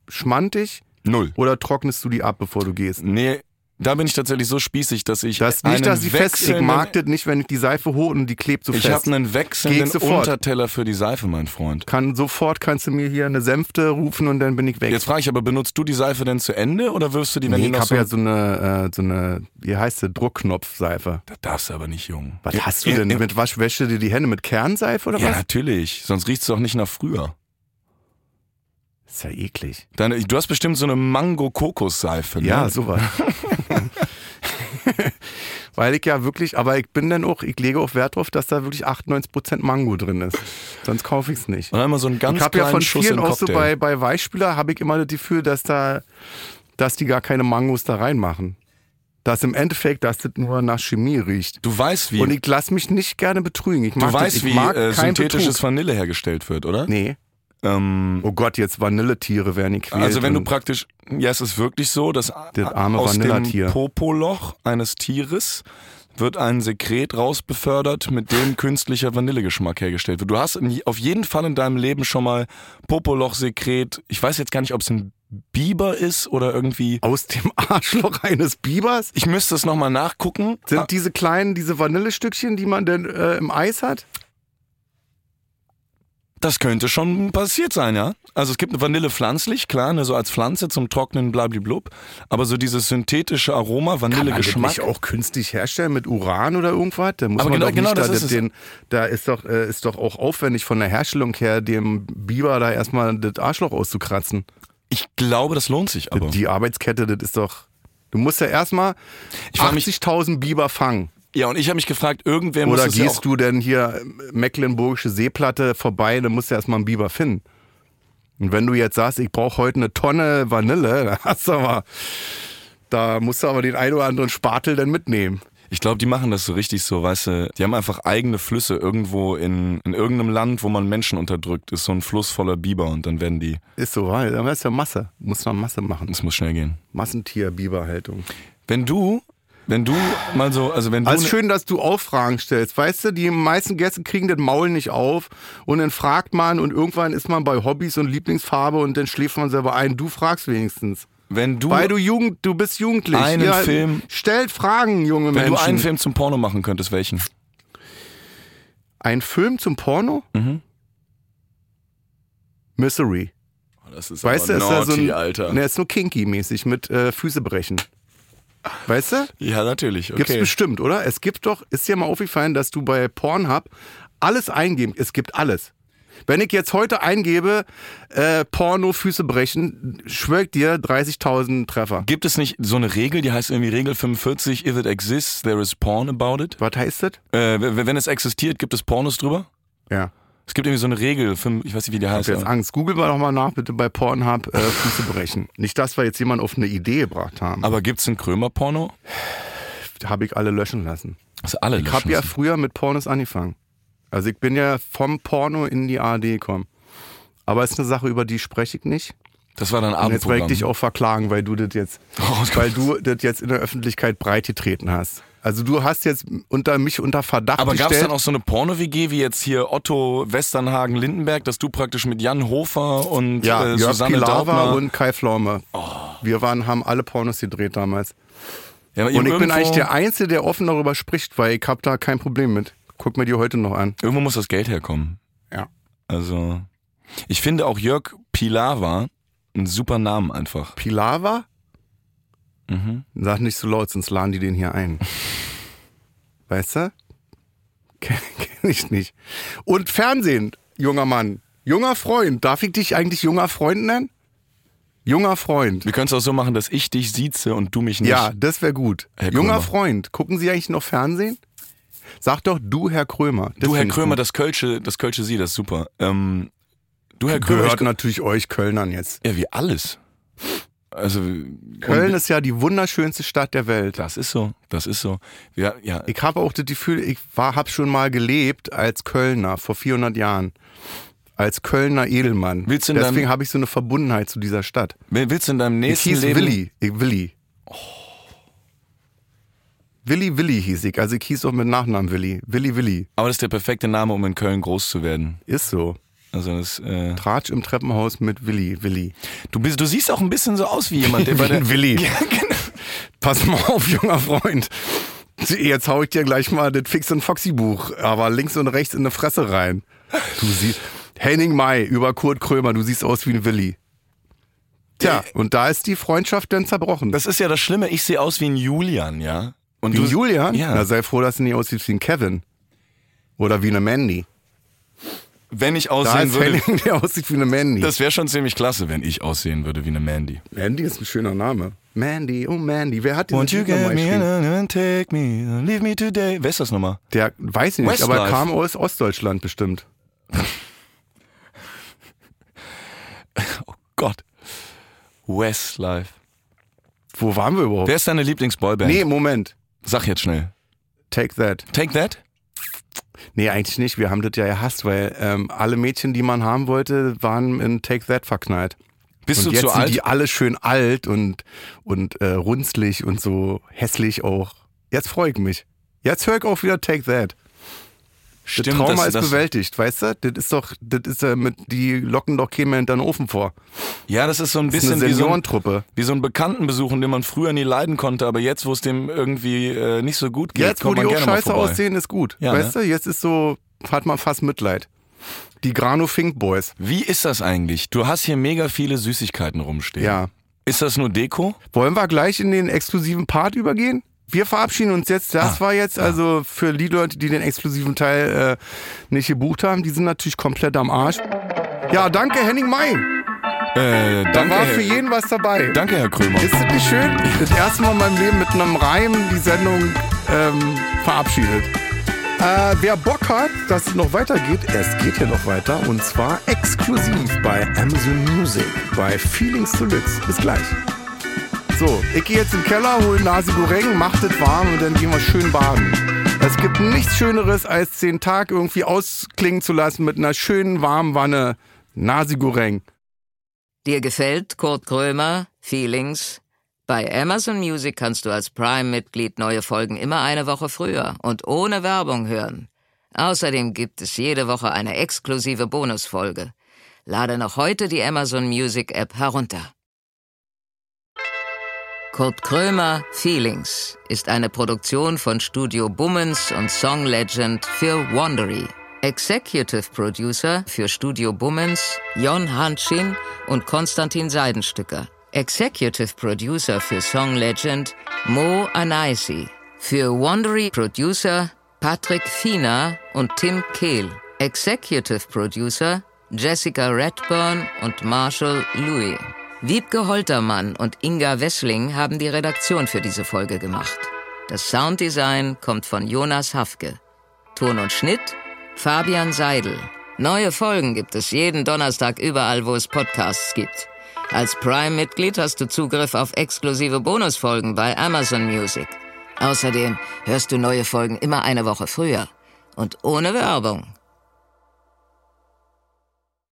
B: schmantig
C: Null.
B: oder trocknest du die ab, bevor du gehst?
C: Nee, da bin ich tatsächlich so spießig, dass ich
B: Das ist
C: einen
B: nicht, dass sie fest, ich
C: wechselnden-
B: mag das nicht, wenn ich die Seife hoch und die klebt so
C: Ich ne-
B: fest.
C: habe einen
B: Geh ich
C: wechselnden
B: sofort.
C: Unterteller für die Seife, mein Freund.
B: Kann sofort kannst du mir hier eine Sänfte rufen und dann bin ich weg.
C: Jetzt frage ich aber, benutzt du die Seife denn zu Ende oder wirfst du die, wenn
B: nee,
C: die
B: ich
C: noch
B: habe
C: so...
B: ja so eine, äh, so eine, wie heißt sie, Druckknopfseife.
C: das darfst du aber nicht, Junge.
B: Was
C: Ja,
B: hast du
C: ja,
B: denn?
C: Ja,
B: Mit was wäschst du dir die Hände? Mit Kernseife oder
C: ja,
B: was?
C: natürlich. Sonst riecht's doch nicht nach früher.
B: Ist ja eklig.
C: Deine, du hast bestimmt so eine Mango-Kokos-Seife, ne?
B: Ja, sowas. Weil ich ja wirklich, aber ich bin dann auch, ich lege auch Wert drauf, dass da wirklich 98% Mango drin ist. Sonst kaufe ich es nicht.
C: Und einmal so einen ganz
B: Ich habe ja
C: kleinen
B: von
C: Schuss
B: vielen
C: in den
B: auch so
C: Cocktail.
B: bei, bei Weichspieler habe ich immer das Gefühl, dass da, dass die gar keine Mangos da reinmachen. Dass im Endeffekt, dass das nur nach Chemie riecht.
C: du weißt, wie,
B: Und ich lasse mich nicht gerne betrügen. Ich mag
C: du weißt,
B: das. Ich
C: wie
B: mag
C: äh,
B: keinen
C: synthetisches
B: Betrug.
C: Vanille hergestellt wird, oder?
B: Nee.
C: Ähm,
B: Oh Gott, jetzt Vanilletiere werden gequält.
C: also wenn du
B: und-
C: praktisch, ja, es ist wirklich so, dass
B: Das arme
C: aus dem
B: Vanillatier.
C: Popoloch eines Tieres wird ein Sekret rausbefördert, mit dem künstlicher Vanillegeschmack hergestellt wird. Du hast in, auf jeden Fall in deinem Leben schon mal Popoloch-Sekret. Ich weiß jetzt gar nicht, ob es ein Biber ist oder irgendwie.
B: aus dem Arschloch eines Bibers
C: Ich müsste es nochmal nachgucken.
B: Sind diese kleinen, diese Vanillestückchen, die man denn äh, im Eis hat?
C: Das könnte schon passiert sein, ja. Also es gibt eine Vanille pflanzlich, klar, ne, so als Pflanze zum Trocknen, blablablub. Aber so dieses synthetische Aroma, Vanillegeschmack.
B: Kann man das nicht auch künstlich herstellen mit Uran oder irgendwas? Da muss
C: Aber
B: man
C: genau-
B: doch
C: genau
B: nicht
C: das
B: da,
C: ist es.
B: den, da ist doch äh, ist doch auch aufwendig von der Herstellung her, dem Biber da erstmal das Arschloch auszukratzen.
C: Ich glaube, das lohnt sich aber.
B: Die Arbeitskette, das ist doch. Du musst ja erstmal
C: frag mich-
B: 80.000 Biber fangen.
C: Ja, und ich habe mich gefragt, irgendwer muss
B: Oder
C: es ja
B: gehst
C: auch,
B: du denn hier äh, Mecklenburgische Seeplatte vorbei, dann musst du erstmal einen Biber finden. Und wenn du jetzt sagst, ich brauche heute eine Tonne Vanille, dann hast du aber, da musst du aber den ein oder anderen Spatel dann mitnehmen.
C: Ich glaube, die machen das so richtig so, weißt du, die haben einfach eigene Flüsse irgendwo in, in irgendeinem Land, wo man Menschen unterdrückt, ist so ein Fluss voller Biber und dann werden die,
B: Ist so, weil das ist ja Masse. Muss man Masse machen.
C: es muss schnell gehen.
B: Massentier-Biberhaltung.
C: Wenn du, wenn du mal so, also wenn du,
B: Also schön, dass du auch Fragen stellst. Weißt du, die meisten Gäste kriegen das Maul nicht auf und dann fragt man und irgendwann ist man bei Hobbys und Lieblingsfarbe und dann schläft man selber ein. Du fragst wenigstens.
C: wenn du,
B: Weil du Jugend, du bist jugendlich.
C: Einen
B: Ihr
C: Film-
B: Stellt Fragen, junge
C: wenn
B: Menschen.
C: du einen Film zum Porno machen könntest, welchen?
B: Ein Film zum Porno?
C: Mhm.
B: Misery.
C: Das ist
B: Weißt du, ist da so ein.
C: Alter.
B: Ne, ist nur kinky-mäßig mit äh, Füße brechen. Weißt du?
C: Ja, natürlich.
B: Gibt's
C: Okay.
B: bestimmt, oder? Es gibt doch, ist dir mal aufgefallen, dass du bei Pornhub alles eingeben, es gibt alles. Wenn ich jetzt heute eingebe, äh, Porno Füße brechen, schwör ich dir 30.000 Treffer.
C: Gibt es nicht so eine Regel, die heißt irgendwie Regel 45, if it exists, there is porn about it?
B: Was heißt das?
C: Äh, w- wenn es existiert, gibt es Pornos drüber?
B: Ja.
C: Es gibt irgendwie so eine Regel, fünf- ich weiß nicht, wie die
B: Ich
C: heißt.
B: hab jetzt
C: aber-
B: Angst. Google mal doch mal nach, bitte bei Pornhub äh, Füße brechen. Nicht, dass wir jetzt jemanden auf eine Idee gebracht haben.
C: Aber gibt's ein Krömer-Porno?
B: Habe ich alle löschen lassen.
C: Also alle
B: Ich
C: löschen
B: habe ja
C: lassen.
B: früher mit Pornos angefangen. Also ich bin ja vom Porno in die ARD gekommen. Aber es ist eine Sache, über die spreche ich nicht.
C: Das war
B: Und
C: dann
B: jetzt werde ich
C: Abendprogramm.
B: dich auch verklagen, weil du das jetzt,
C: Oh Gott.
B: weil du das jetzt in der Öffentlichkeit breitgetreten hast. Also du hast jetzt unter mich unter Verdacht
C: aber gab
B: gestellt.
C: es dann auch so eine Porno-WG wie jetzt hier Otto Westernhagen-Lindenberg, dass du praktisch mit Jan Hofer und
B: ja,
C: äh,
B: Jörg
C: Susanne Oh.
B: Pilawa
C: Daubner...
B: und Kai Flaume. Wir waren, haben alle Pornos gedreht damals.
C: ja,
B: Und ich bin
C: irgendwo-
B: eigentlich der Einzige, der offen darüber spricht, weil ich habe da kein Problem mit. Guck mir die heute noch an.
C: Irgendwo muss das Geld herkommen.
B: Ja.
C: Also, ich finde auch Jörg Pilawa einen super Namen einfach.
B: Pilawa?
C: Mhm.
B: Sag nicht so laut, sonst laden die den hier ein. weißt du? Kenn, kenn ich nicht. Und Fernsehen, junger Mann. Junger Freund. Darf ich dich eigentlich junger Freund nennen? Junger Freund.
C: Wir können es auch so machen, dass ich dich sieze und du mich nicht.
B: Ja, das wäre gut.
C: Herr
B: junger
C: Krömer.
B: Freund. Gucken Sie eigentlich noch Fernsehen? Sag doch du, Herr Krömer. Das
C: du, Herr
B: find ich
C: Krömer,
B: gut.
C: das Kölsche, das Kölsche Sie, das ist super. Ähm, du, Herr Krömer,
B: gehört
C: ich,
B: natürlich euch Kölnern jetzt.
C: ja, wie alles. Also,
B: Köln
C: und-
B: ist ja die wunderschönste Stadt der Welt.
C: Das ist so, das ist so. Ja, ja,
B: Ich habe auch das Gefühl, ich war, habe schon mal gelebt als Kölner vor 400 Jahren. Als Kölner Edelmann.
C: Willst du denn
B: Deswegen
C: dann-
B: habe ich so eine Verbundenheit zu dieser Stadt.
C: Will- willst du in deinem
B: Ich
C: nächsten
B: hieß
C: Leben...
B: Willi. Ich, Willi. Willi Willi hieß ich. Also ich hieß auch mit Nachnamen Willi. Willi Willi.
C: Aber das ist der perfekte Name, um in Köln groß zu werden.
B: Ist so.
C: Also das, äh,
B: Tratsch im Treppenhaus mit Willi Willi.
C: du, bist, du siehst auch ein bisschen so aus wie jemand, der bei der...
B: Willi. genau. Pass mal auf, junger Freund. Jetzt hau ich dir gleich mal das Fix- und Foxy-Buch, aber links und rechts in eine Fresse rein. Du siehst, Henning May über Kurt Krömer, du siehst aus wie ein Willi. Tja, und da ist die Freundschaft dann zerbrochen.
C: Das ist ja das Schlimme, ich sehe aus wie ein Julian, ja? Und
B: wie ein Julian?
C: Ja.
B: Na, sei froh, dass du nicht aussiehst wie ein Kevin. Oder wie eine Mandy.
C: wenn ich
B: Da
C: aussehen
B: ist
C: würde...
B: Henning, der aussieht wie eine Mandy.
C: Das wäre schon ziemlich klasse, wenn ich aussehen würde wie eine Mandy.
B: Mandy ist ein schöner Name. Mandy, oh Mandy, wer hat diesen
C: Won't you
B: Lied nochmal
C: get me
B: gespielt?
C: and take me, leave me today. Wer ist das nochmal?
B: Der weiß ich nicht, aber
C: Westlife.
B: kam aus Ostdeutschland bestimmt.
C: Gott. Westlife.
B: Wo waren wir überhaupt?
C: Wer ist deine Lieblingsboyband?
B: Nee, Moment.
C: Sag jetzt schnell.
B: Take that.
C: Take That?
B: Nee, eigentlich nicht. Wir haben das ja gehasst, weil ähm, alle Mädchen, die man haben wollte, waren in Take That verknallt.
C: Bist
B: und
C: du
B: jetzt
C: zu
B: sind
C: alt?
B: die alle schön alt und, und äh, runzlig und so hässlich auch. Jetzt freue ich mich. Jetzt höre ich auch wieder Take That. Das
C: Stimmt,
B: Trauma
C: das-
B: ist
C: das-
B: bewältigt, weißt du? Das ist doch, das ist ja mit, die locken doch keinen mehr hinter den Ofen vor.
C: Ja, das ist so ein
B: Das ist eine
C: bisschen wie so ein,
B: Seniorentruppe.
C: wie so ein Bekanntenbesuchen, den man früher nie leiden konnte, aber jetzt, wo es dem irgendwie äh, nicht so gut geht,
B: Jetzt, wo
C: kommt
B: die
C: man
B: auch
C: gerne mal
B: scheiße
C: vorbei.
B: aussehen, ist gut.
C: Ja, ne?
B: weißt du? Jetzt ist so, hat man fast Mitleid. Die Grano Fink Boys.
C: Wie ist das eigentlich? Du hast hier mega viele Süßigkeiten rumstehen.
B: Ja.
C: Ist das nur Deko?
B: Wollen wir gleich in den exklusiven Part übergehen? Wir verabschieden uns jetzt. Das
C: Ah,
B: war jetzt also für die Leute, die den exklusiven Teil äh, nicht gebucht haben, die sind natürlich komplett am Arsch. Ja, danke Henning May.
C: Äh,
B: Da
C: danke,
B: war für
C: Herr,
B: jeden was dabei.
C: danke, Herr Krömer.
B: Ist das nicht schön? Das erste Mal in meinem Leben mit einem Reim die Sendung ähm, verabschiedet. Äh, wer Bock hat, dass es noch weitergeht, es geht hier noch weiter und zwar exklusiv bei Amazon Music bei Feelings Deluxe. Bis gleich. So, ich gehe jetzt in den Keller, hole Nasi Goreng, mach das warm und dann gehen wir schön baden. Es gibt nichts Schöneres, als den Tag irgendwie ausklingen zu lassen mit einer schönen warmen Wanne Nasi Goreng.
A: Dir gefällt Kurt Krömer, Feelings? Bei Amazon Music kannst du als Prime-Mitglied neue Folgen immer eine Woche früher und ohne Werbung hören. Außerdem gibt es jede Woche eine exklusive Bonusfolge. Lade noch heute die Amazon Music App herunter. Kurt Krömer Feelings ist eine Produktion von Studio Bummens und Song Legend für Wandery. Executive Producer für Studio Bummens Jon Hanschin und Konstantin Seidenstücker. Executive Producer für Song Legend Mo Anaisi. Für Wandery Producer Patrick Fiener und Tim Kehl. Executive Producer Jessica Redburn und Marshall Louis. Wiebke Holtermann und Inga Wessling haben die Redaktion für diese Folge gemacht. Das Sounddesign kommt von Jonas Hafke. Ton und Schnitt Fabian Seidel. Neue Folgen gibt es jeden Donnerstag überall, wo es Podcasts gibt. Als Prime-Mitglied hast du Zugriff auf exklusive Bonusfolgen bei Amazon Music. Außerdem hörst du neue Folgen immer eine Woche früher und ohne Werbung.